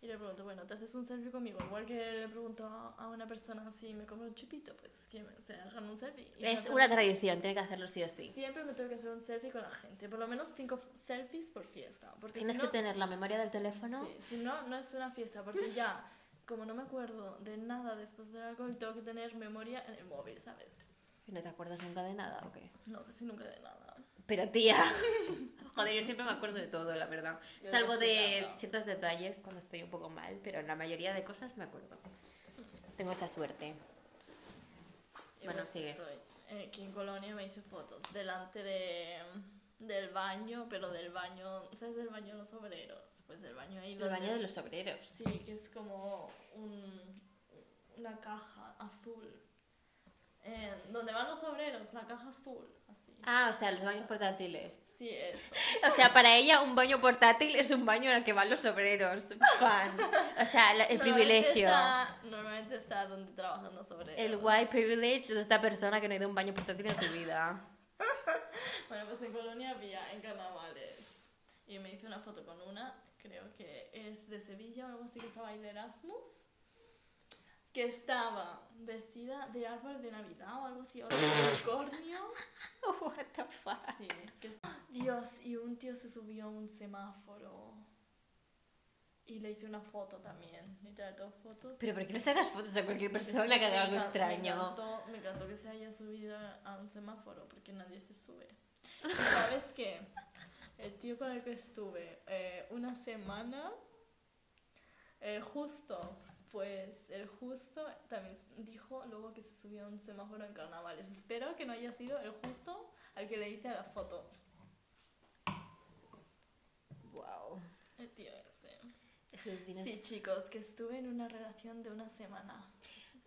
Speaker 1: y le pregunto, bueno, ¿te haces un selfie conmigo? Igual que le pregunto a a una persona si me compro un chupito, pues que me, se hagan un selfie. Y
Speaker 2: Es
Speaker 1: me
Speaker 2: una
Speaker 1: hacen-
Speaker 2: tradición, tiene que hacerlo sí o sí.
Speaker 1: Siempre me tengo que hacer un selfie con la gente, por lo menos cinco f- selfies por fiesta. Porque
Speaker 2: Tienes
Speaker 1: si
Speaker 2: que
Speaker 1: no,
Speaker 2: tener la memoria del teléfono.
Speaker 1: Sí, si no, no es una fiesta, porque
Speaker 2: <laughs>
Speaker 1: ya, como no me acuerdo de nada después del alcohol, tengo que tener memoria en el móvil, ¿sabes?
Speaker 2: ¿Y ¿No te acuerdas nunca de nada o qué?
Speaker 1: No, casi nunca de nada.
Speaker 2: Pero tía, <laughs> joder, yo siempre me acuerdo de todo, la verdad.
Speaker 1: Yo
Speaker 2: Salvo
Speaker 1: no sé
Speaker 2: de
Speaker 1: nada.
Speaker 2: ciertos detalles cuando estoy un poco mal, pero en la mayoría de cosas me acuerdo. Tengo esa suerte.
Speaker 1: Y
Speaker 2: Bueno,
Speaker 1: pues
Speaker 2: sigue.
Speaker 1: Soy, eh, aquí en Colonia me hice fotos delante de, del baño, pero del baño, ¿sabes? Del baño de los obreros. Pues del baño ahí.
Speaker 2: El
Speaker 1: donde-
Speaker 2: baño de los obreros.
Speaker 1: Sí, que es como un, una caja azul. Eh, donde van los obreros, la caja azul, así.
Speaker 2: Ah, o sea, los baños portátiles.
Speaker 1: Sí, eso.
Speaker 2: O sea, para ella un baño portátil es un baño al que van los obreros. Fan. O sea, la- el
Speaker 1: Normalmente
Speaker 2: privilegio.
Speaker 1: está- normalmente está donde trabajan los obreros.
Speaker 2: El white privilege de esta persona que no ha ido a un baño portátil en su vida.
Speaker 1: Bueno, pues en Colonia había en carnavales. Y me hice una foto con una, creo que es de Sevilla o algo así, que estaba ahí de Erasmus. Que estaba vestida de árbol de Navidad o algo así, o de unicornio.
Speaker 2: <laughs> What the fuck.
Speaker 1: Sí, que es- Dios, y un tío se subió a un semáforo. Y le hice una foto también. Literal, dos fotos.
Speaker 2: Pero ¿por qué le sacas fotos a cualquier persona que haga algo
Speaker 1: Este, Me encan- Me
Speaker 2: extraño?
Speaker 1: encantó, me encantó que se haya subido a un semáforo porque nadie se sube. Y ¿Sabes qué? El tío con el que estuve eh, una semana, el justo, pues el justo también dijo luego que se subió a un semáforo en carnavales. Espero que no haya sido el justo al que le hice la foto.
Speaker 2: Wow.
Speaker 1: El tío ese.
Speaker 2: Eso, tienes-
Speaker 1: Sí, chicos, que estuve en una relación de una semana.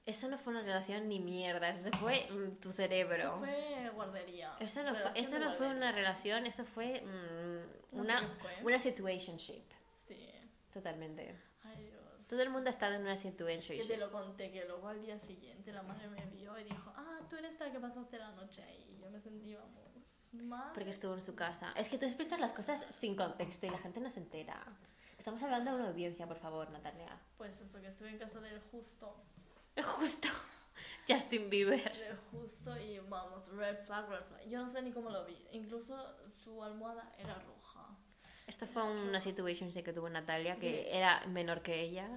Speaker 2: Eso no fue una relación ni mierda, eso fue mm, tu
Speaker 1: Eso
Speaker 2: cerebro.
Speaker 1: fue guardería.
Speaker 2: Eso no, fue,
Speaker 1: Relación
Speaker 2: eso
Speaker 1: de
Speaker 2: no fue
Speaker 1: guardería.
Speaker 2: una relación, eso fue mm,
Speaker 1: No sé
Speaker 2: una,
Speaker 1: qué fue.
Speaker 2: una situationship.
Speaker 1: Sí.
Speaker 2: Totalmente.
Speaker 1: Ay, Dios.
Speaker 2: Todo el mundo ha estado en una
Speaker 1: Que te
Speaker 2: situationship.
Speaker 1: lo conté, que luego al día siguiente la madre me vio y dijo, ah, tú eres la que pasaste la noche ahí. Y yo me sentí, vamos, mal.
Speaker 2: Porque estuvo en su casa. Es que tú explicas las cosas sin contexto y la gente no se entera. Estamos hablando de una audiencia, por favor, Natalia.
Speaker 1: Pues eso, que estuve en casa del justo.
Speaker 2: Justo. <laughs> Justin Bieber.
Speaker 1: Del justo y vamos, red flag, red flag. Yo no sé ni cómo lo vi. Incluso su almohada era roja.
Speaker 2: Esto fue una situación que tuvo Natalia que era menor que ella,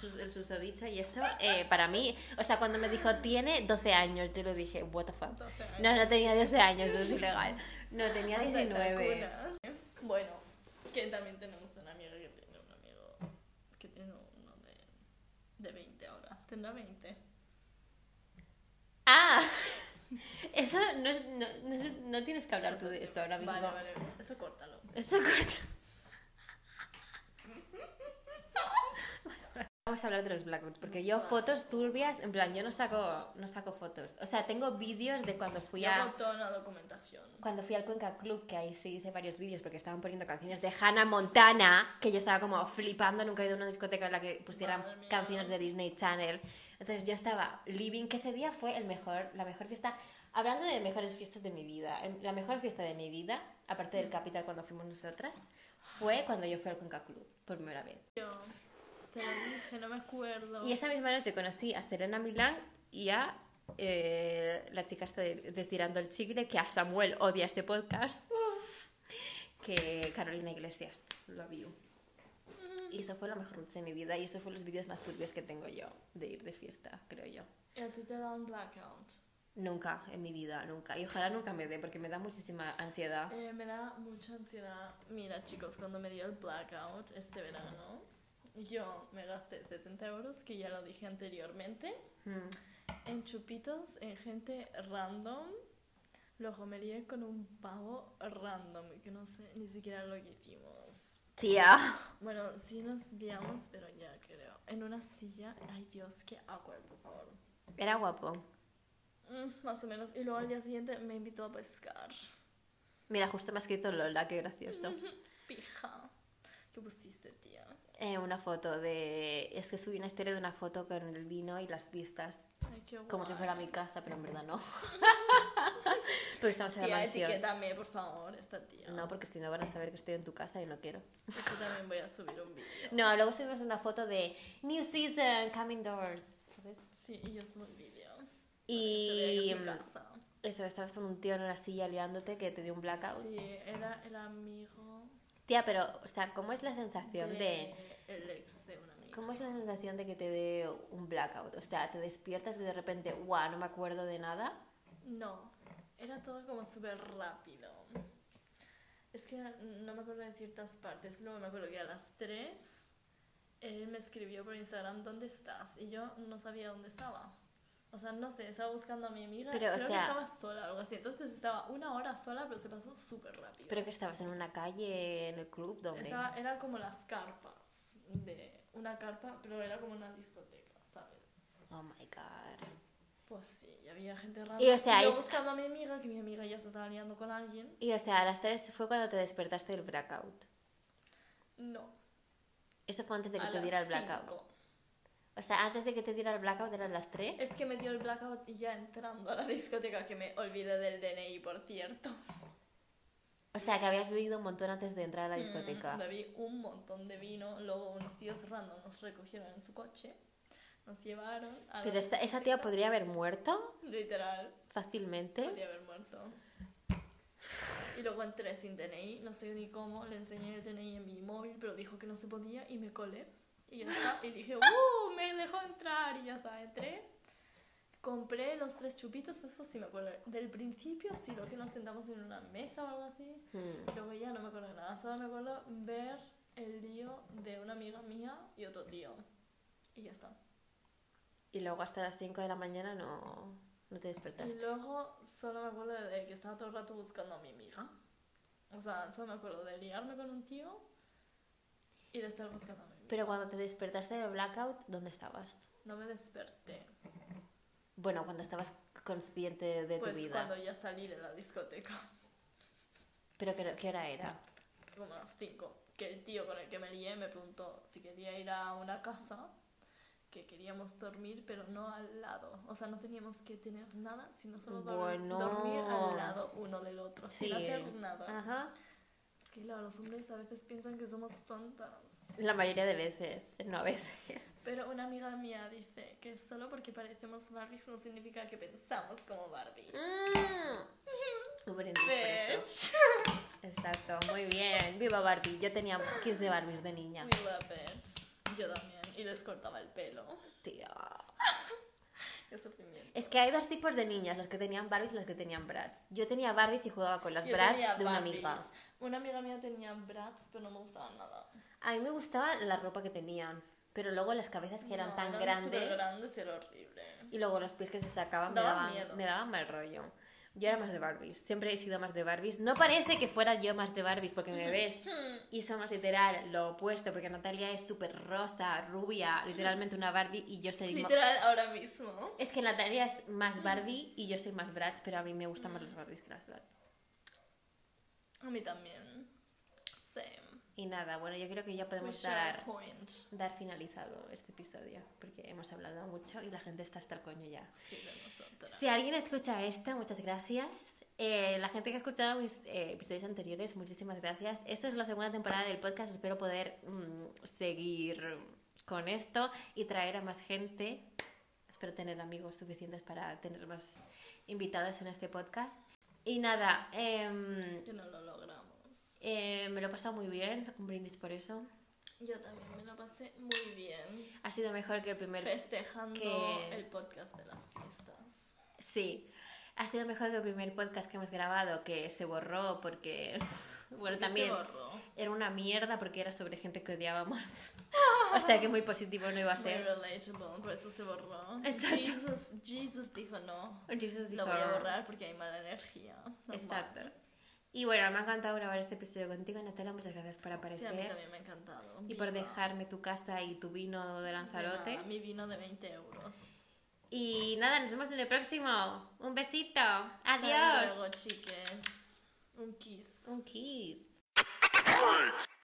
Speaker 2: sus- el susodicha, y esto eh, para mí, o sea, cuando me dijo tiene 12 años, yo le dije, what the fuck.
Speaker 1: Entonces, ay,
Speaker 2: No, no tenía 12 años, eso es ilegal. No, tenía
Speaker 1: hasta
Speaker 2: 19.
Speaker 1: cunas. Bueno, que también tenemos una amiga que tiene un amigo que tiene uno de, de 20 ahora. Tendrá 20.
Speaker 2: Ah, <laughs> eso no, es- no, no, no tienes que hablar tú de eso ahora mismo.
Speaker 1: Vale, vale, eso córtalo.
Speaker 2: Esto corta. Vamos a hablar de los blackouts, porque yo fotos turbias, en plan, yo no saco, no saco fotos. O sea, tengo vídeos de cuando fui
Speaker 1: Yo
Speaker 2: a
Speaker 1: hago toda la documentación.
Speaker 2: cuando fui al Cuenca Club, que ahí sí hice varios vídeos porque estaban poniendo canciones de Hannah Montana, que yo estaba como flipando, nunca he ido a una discoteca en la que pusieran
Speaker 1: Madre mía.
Speaker 2: canciones de Disney Channel. Entonces yo estaba living, que ese día fue el mejor, la mejor fiesta, hablando de mejores fiestas de mi vida, el- la mejor fiesta de mi vida, aparte
Speaker 1: Mm.
Speaker 2: del Capital cuando fuimos nosotras, fue cuando yo fui al Cuenca Club por primera vez.
Speaker 1: Yo te lo dije, no me acuerdo.
Speaker 2: Y esa misma noche conocí a Serena Milán y a eh, la chica esta de Destirando el Chicle, que a Samuel odia este podcast, que Carolina Iglesias, lo vio. Y eso fue lo mejor noche de mi vida y eso fue los vídeos más turbios que tengo yo de ir de fiesta, creo yo.
Speaker 1: Y a ti te da un blackout.
Speaker 2: Nunca en mi vida, nunca. Y ojalá nunca me dé porque me da muchísima ansiedad.
Speaker 1: Eh, me da mucha ansiedad. Mira, chicos, cuando me dio el blackout este verano, yo me gasté 70 euros, que ya lo dije anteriormente,
Speaker 2: Mm.
Speaker 1: en chupitos, en gente random. Luego me lié con un pavo random, que no sé ni siquiera lo que hicimos.
Speaker 2: Tía.
Speaker 1: Bueno, sí nos liamos, pero ya creo. En una silla, ay Dios, qué awkward, por favor.
Speaker 2: Era guapo.
Speaker 1: Mm, más o menos. Y luego al día siguiente me invitó a pescar.
Speaker 2: Mira, justo me ha escrito Lola, qué gracioso.
Speaker 1: Pija. ¿Qué pusiste, tía?
Speaker 2: Eh, una foto de. Es que subí una historia de una foto con el vino y las vistas.
Speaker 1: Ay, qué
Speaker 2: Como si
Speaker 1: guay.
Speaker 2: fuera mi casa, pero en verdad no. <laughs> porque estamos en la
Speaker 1: Tía,
Speaker 2: mansión.
Speaker 1: etiquétame, por favor, esta tía.
Speaker 2: No, porque si no van a saber que estoy en tu casa y no quiero.
Speaker 1: Yo también voy a subir un vídeo.
Speaker 2: No, luego subimos una foto de New Season, Coming Doors. ¿Sabes?
Speaker 1: Sí, y yo subo el vídeo.
Speaker 2: Y.
Speaker 1: Se veía que es mi casa.
Speaker 2: Eso, estabas con un tío en una silla liándote que te dio un blackout.
Speaker 1: Sí, era el amigo
Speaker 2: Tía, pero, o sea, ¿cómo es la sensación de
Speaker 1: el ex de una amiga.
Speaker 2: ¿Cómo es la sensación de que te dé un blackout? O sea, te despiertas y de repente, guau, no me acuerdo de nada.
Speaker 1: No, era todo como súper rápido. Es que no me acuerdo de ciertas partes. Luego me acuerdo que a las 3 él me escribió por Instagram, ¿dónde estás? Y yo no sabía dónde estaba. O sea, no sé, estaba buscando a mi amiga.
Speaker 2: Pero, o
Speaker 1: Creo que
Speaker 2: sea-
Speaker 1: estaba sola o algo así. Entonces estaba una hora sola, pero se pasó súper rápido.
Speaker 2: Pero que estabas en una calle, en el club, donde...
Speaker 1: Estaba- era como las carpas. De una carpa, pero era como una discoteca, ¿sabes?
Speaker 2: Oh my god.
Speaker 1: Pues sí, y había gente rara.
Speaker 2: Y, o sea,
Speaker 1: yo
Speaker 2: es-
Speaker 1: buscando a mi amiga, que mi amiga ya se estaba liando con alguien.
Speaker 2: Y o sea, a las 3 fue cuando te despertaste del blackout.
Speaker 1: No.
Speaker 2: Eso fue antes de que
Speaker 1: a
Speaker 2: te diera el
Speaker 1: las
Speaker 2: blackout.
Speaker 1: cinco.
Speaker 2: O sea, antes de que te diera el blackout eran las 3.
Speaker 1: Es que me dio el blackout y ya entrando a la <laughs> discoteca, que me olvidé del DNI, por cierto.
Speaker 2: O sea, que habías bebido un montón antes de entrar a la discoteca.
Speaker 1: Mm, bebí un montón de vino, luego unos tíos random nos recogieron en su coche, nos llevaron a la
Speaker 2: Pero esta- esa tía podría haber muerto
Speaker 1: Literal,
Speaker 2: fácilmente.
Speaker 1: podría haber muerto. Y luego entré sin DNI, no sé ni cómo, le enseñé el DNI en mi móvil, pero dijo que no se podía y me colé. Y ya está, y dije, ¡uh! Me dejó entrar y ya está, entré. Compré los tres chupitos, eso sí me acuerdo. Del principio, sí, lo que nos sentamos en una mesa o algo así.
Speaker 2: Hmm.
Speaker 1: Luego ya no me acuerdo de nada, solo me acuerdo ver el lío de una amiga mía y otro tío. Y ya está.
Speaker 2: Y luego hasta las 5 de la mañana no, no te
Speaker 1: Y
Speaker 2: despertaste.
Speaker 1: luego solo me acuerdo de que estaba todo el rato buscando a mi amiga. O sea, solo me acuerdo de liarme con un tío y de estar buscando a mi amiga.
Speaker 2: Pero cuando te despertaste del blackout, ¿dónde estabas?
Speaker 1: No me desperté.
Speaker 2: Bueno, cuando estabas consciente de
Speaker 1: pues
Speaker 2: tu vida.
Speaker 1: cuando ya salí de la discoteca, <laughs>
Speaker 2: Pero ¿qué, qué hora era?
Speaker 1: como a las 5, que el tío con el que me lié me preguntó si quería ir a una casa que queríamos dormir, pero no al lado. O sea, no teníamos que tener nada, sino solo dor-
Speaker 2: Bueno.
Speaker 1: dormir al lado uno del otro, sin
Speaker 2: Sí. Ah.
Speaker 1: hacer nada.
Speaker 2: Ajá.
Speaker 1: Es que claro, los hombres a veces piensan que somos tontas.
Speaker 2: La mayoría de veces, no a veces.
Speaker 1: Pero una amiga mía dice que solo porque parecemos Barbies no significa que pensamos como Barbies.
Speaker 2: Mm. Comprendí por eso.
Speaker 1: Bitch.
Speaker 2: Exacto, muy bien. Viva Barbie. Yo tenía 15 Barbies de niña.
Speaker 1: We love it. Yo también. Y les cortaba el pelo.
Speaker 2: Tío.
Speaker 1: Qué sufrimiento.
Speaker 2: Es que hay dos tipos de niñas, las que tenían Barbies y las que tenían Bratz. Yo tenía Barbies y jugaba con las
Speaker 1: Yo tenía
Speaker 2: Bratz de una
Speaker 1: Barbies.
Speaker 2: amiga.
Speaker 1: Una amiga mía tenía Bratz, pero no me gustaban nada.
Speaker 2: A mí me gustaba la ropa que tenían, pero luego las cabezas que eran
Speaker 1: No,
Speaker 2: tan
Speaker 1: eran
Speaker 2: grandes
Speaker 1: supergrandes y era horrible.
Speaker 2: y luego los pies que se sacaban me
Speaker 1: Daban
Speaker 2: daban,
Speaker 1: miedo.
Speaker 2: me daban mal rollo. Yo era más de Barbies, siempre he sido más de Barbies. No parece que fuera yo más de Barbies porque
Speaker 1: <laughs>
Speaker 2: me ves y somos literal lo opuesto porque Natalia es súper rosa, rubia, literalmente una Barbie y yo soy... mo-
Speaker 1: Literal, Mm. ahora mismo.
Speaker 2: Es que Natalia es más Barbie y yo soy más Bratz, pero a mí me gustan
Speaker 1: Mm.
Speaker 2: más las Barbies que las Bratz.
Speaker 1: A mí también. Same.
Speaker 2: Y nada, bueno, yo creo que ya
Speaker 1: We
Speaker 2: podemos
Speaker 1: share
Speaker 2: dar,
Speaker 1: point.
Speaker 2: dar finalizado este episodio porque hemos hablado mucho y la gente está hasta el coño ya.
Speaker 1: Sí, de nosotras.
Speaker 2: Si alguien escucha esto, muchas gracias. Eh, la gente que ha escuchado mis eh, episodios anteriores, muchísimas gracias. Esta es la segunda temporada del podcast. Espero poder mm, seguir con esto y traer a más gente. Espero tener amigos suficientes para tener más invitados en este podcast. Y nada, em,
Speaker 1: Que no lo logramos.
Speaker 2: eh, me lo he pasado muy bien. Un brindis por eso.
Speaker 1: Yo también me lo pasé muy bien.
Speaker 2: Ha sido mejor que el primer
Speaker 1: Festejando
Speaker 2: que-
Speaker 1: el podcast de las fiestas.
Speaker 2: Sí, ha sido mejor que el primer podcast que hemos grabado, que se borró porque, <laughs> bueno,
Speaker 1: Que
Speaker 2: también
Speaker 1: Se borró.
Speaker 2: era una mierda porque era sobre gente que odiábamos.
Speaker 1: <laughs>
Speaker 2: o sea que muy positivo no iba a
Speaker 1: Muy
Speaker 2: ser.
Speaker 1: relatable, por eso se borró.
Speaker 2: Exacto.
Speaker 1: Jesus, Jesus dijo no.
Speaker 2: Jesus
Speaker 1: Lo
Speaker 2: dijo,
Speaker 1: voy a borrar porque hay mala energía. Normal.
Speaker 2: Exacto. Y bueno, me ha encantado grabar este episodio contigo, Natalia. Muchas gracias por
Speaker 1: Sí, a mí
Speaker 2: aparecer
Speaker 1: también me ha encantado.
Speaker 2: y por
Speaker 1: Viva.
Speaker 2: dejarme tu casa y tu vino de
Speaker 1: De
Speaker 2: Lanzarote.
Speaker 1: nada, mi vino de 20 euros.
Speaker 2: Y nada, nos vemos en el próximo. Un besito.
Speaker 1: Hasta
Speaker 2: Adiós.
Speaker 1: luego, chiques. Un kiss.
Speaker 2: Un kiss.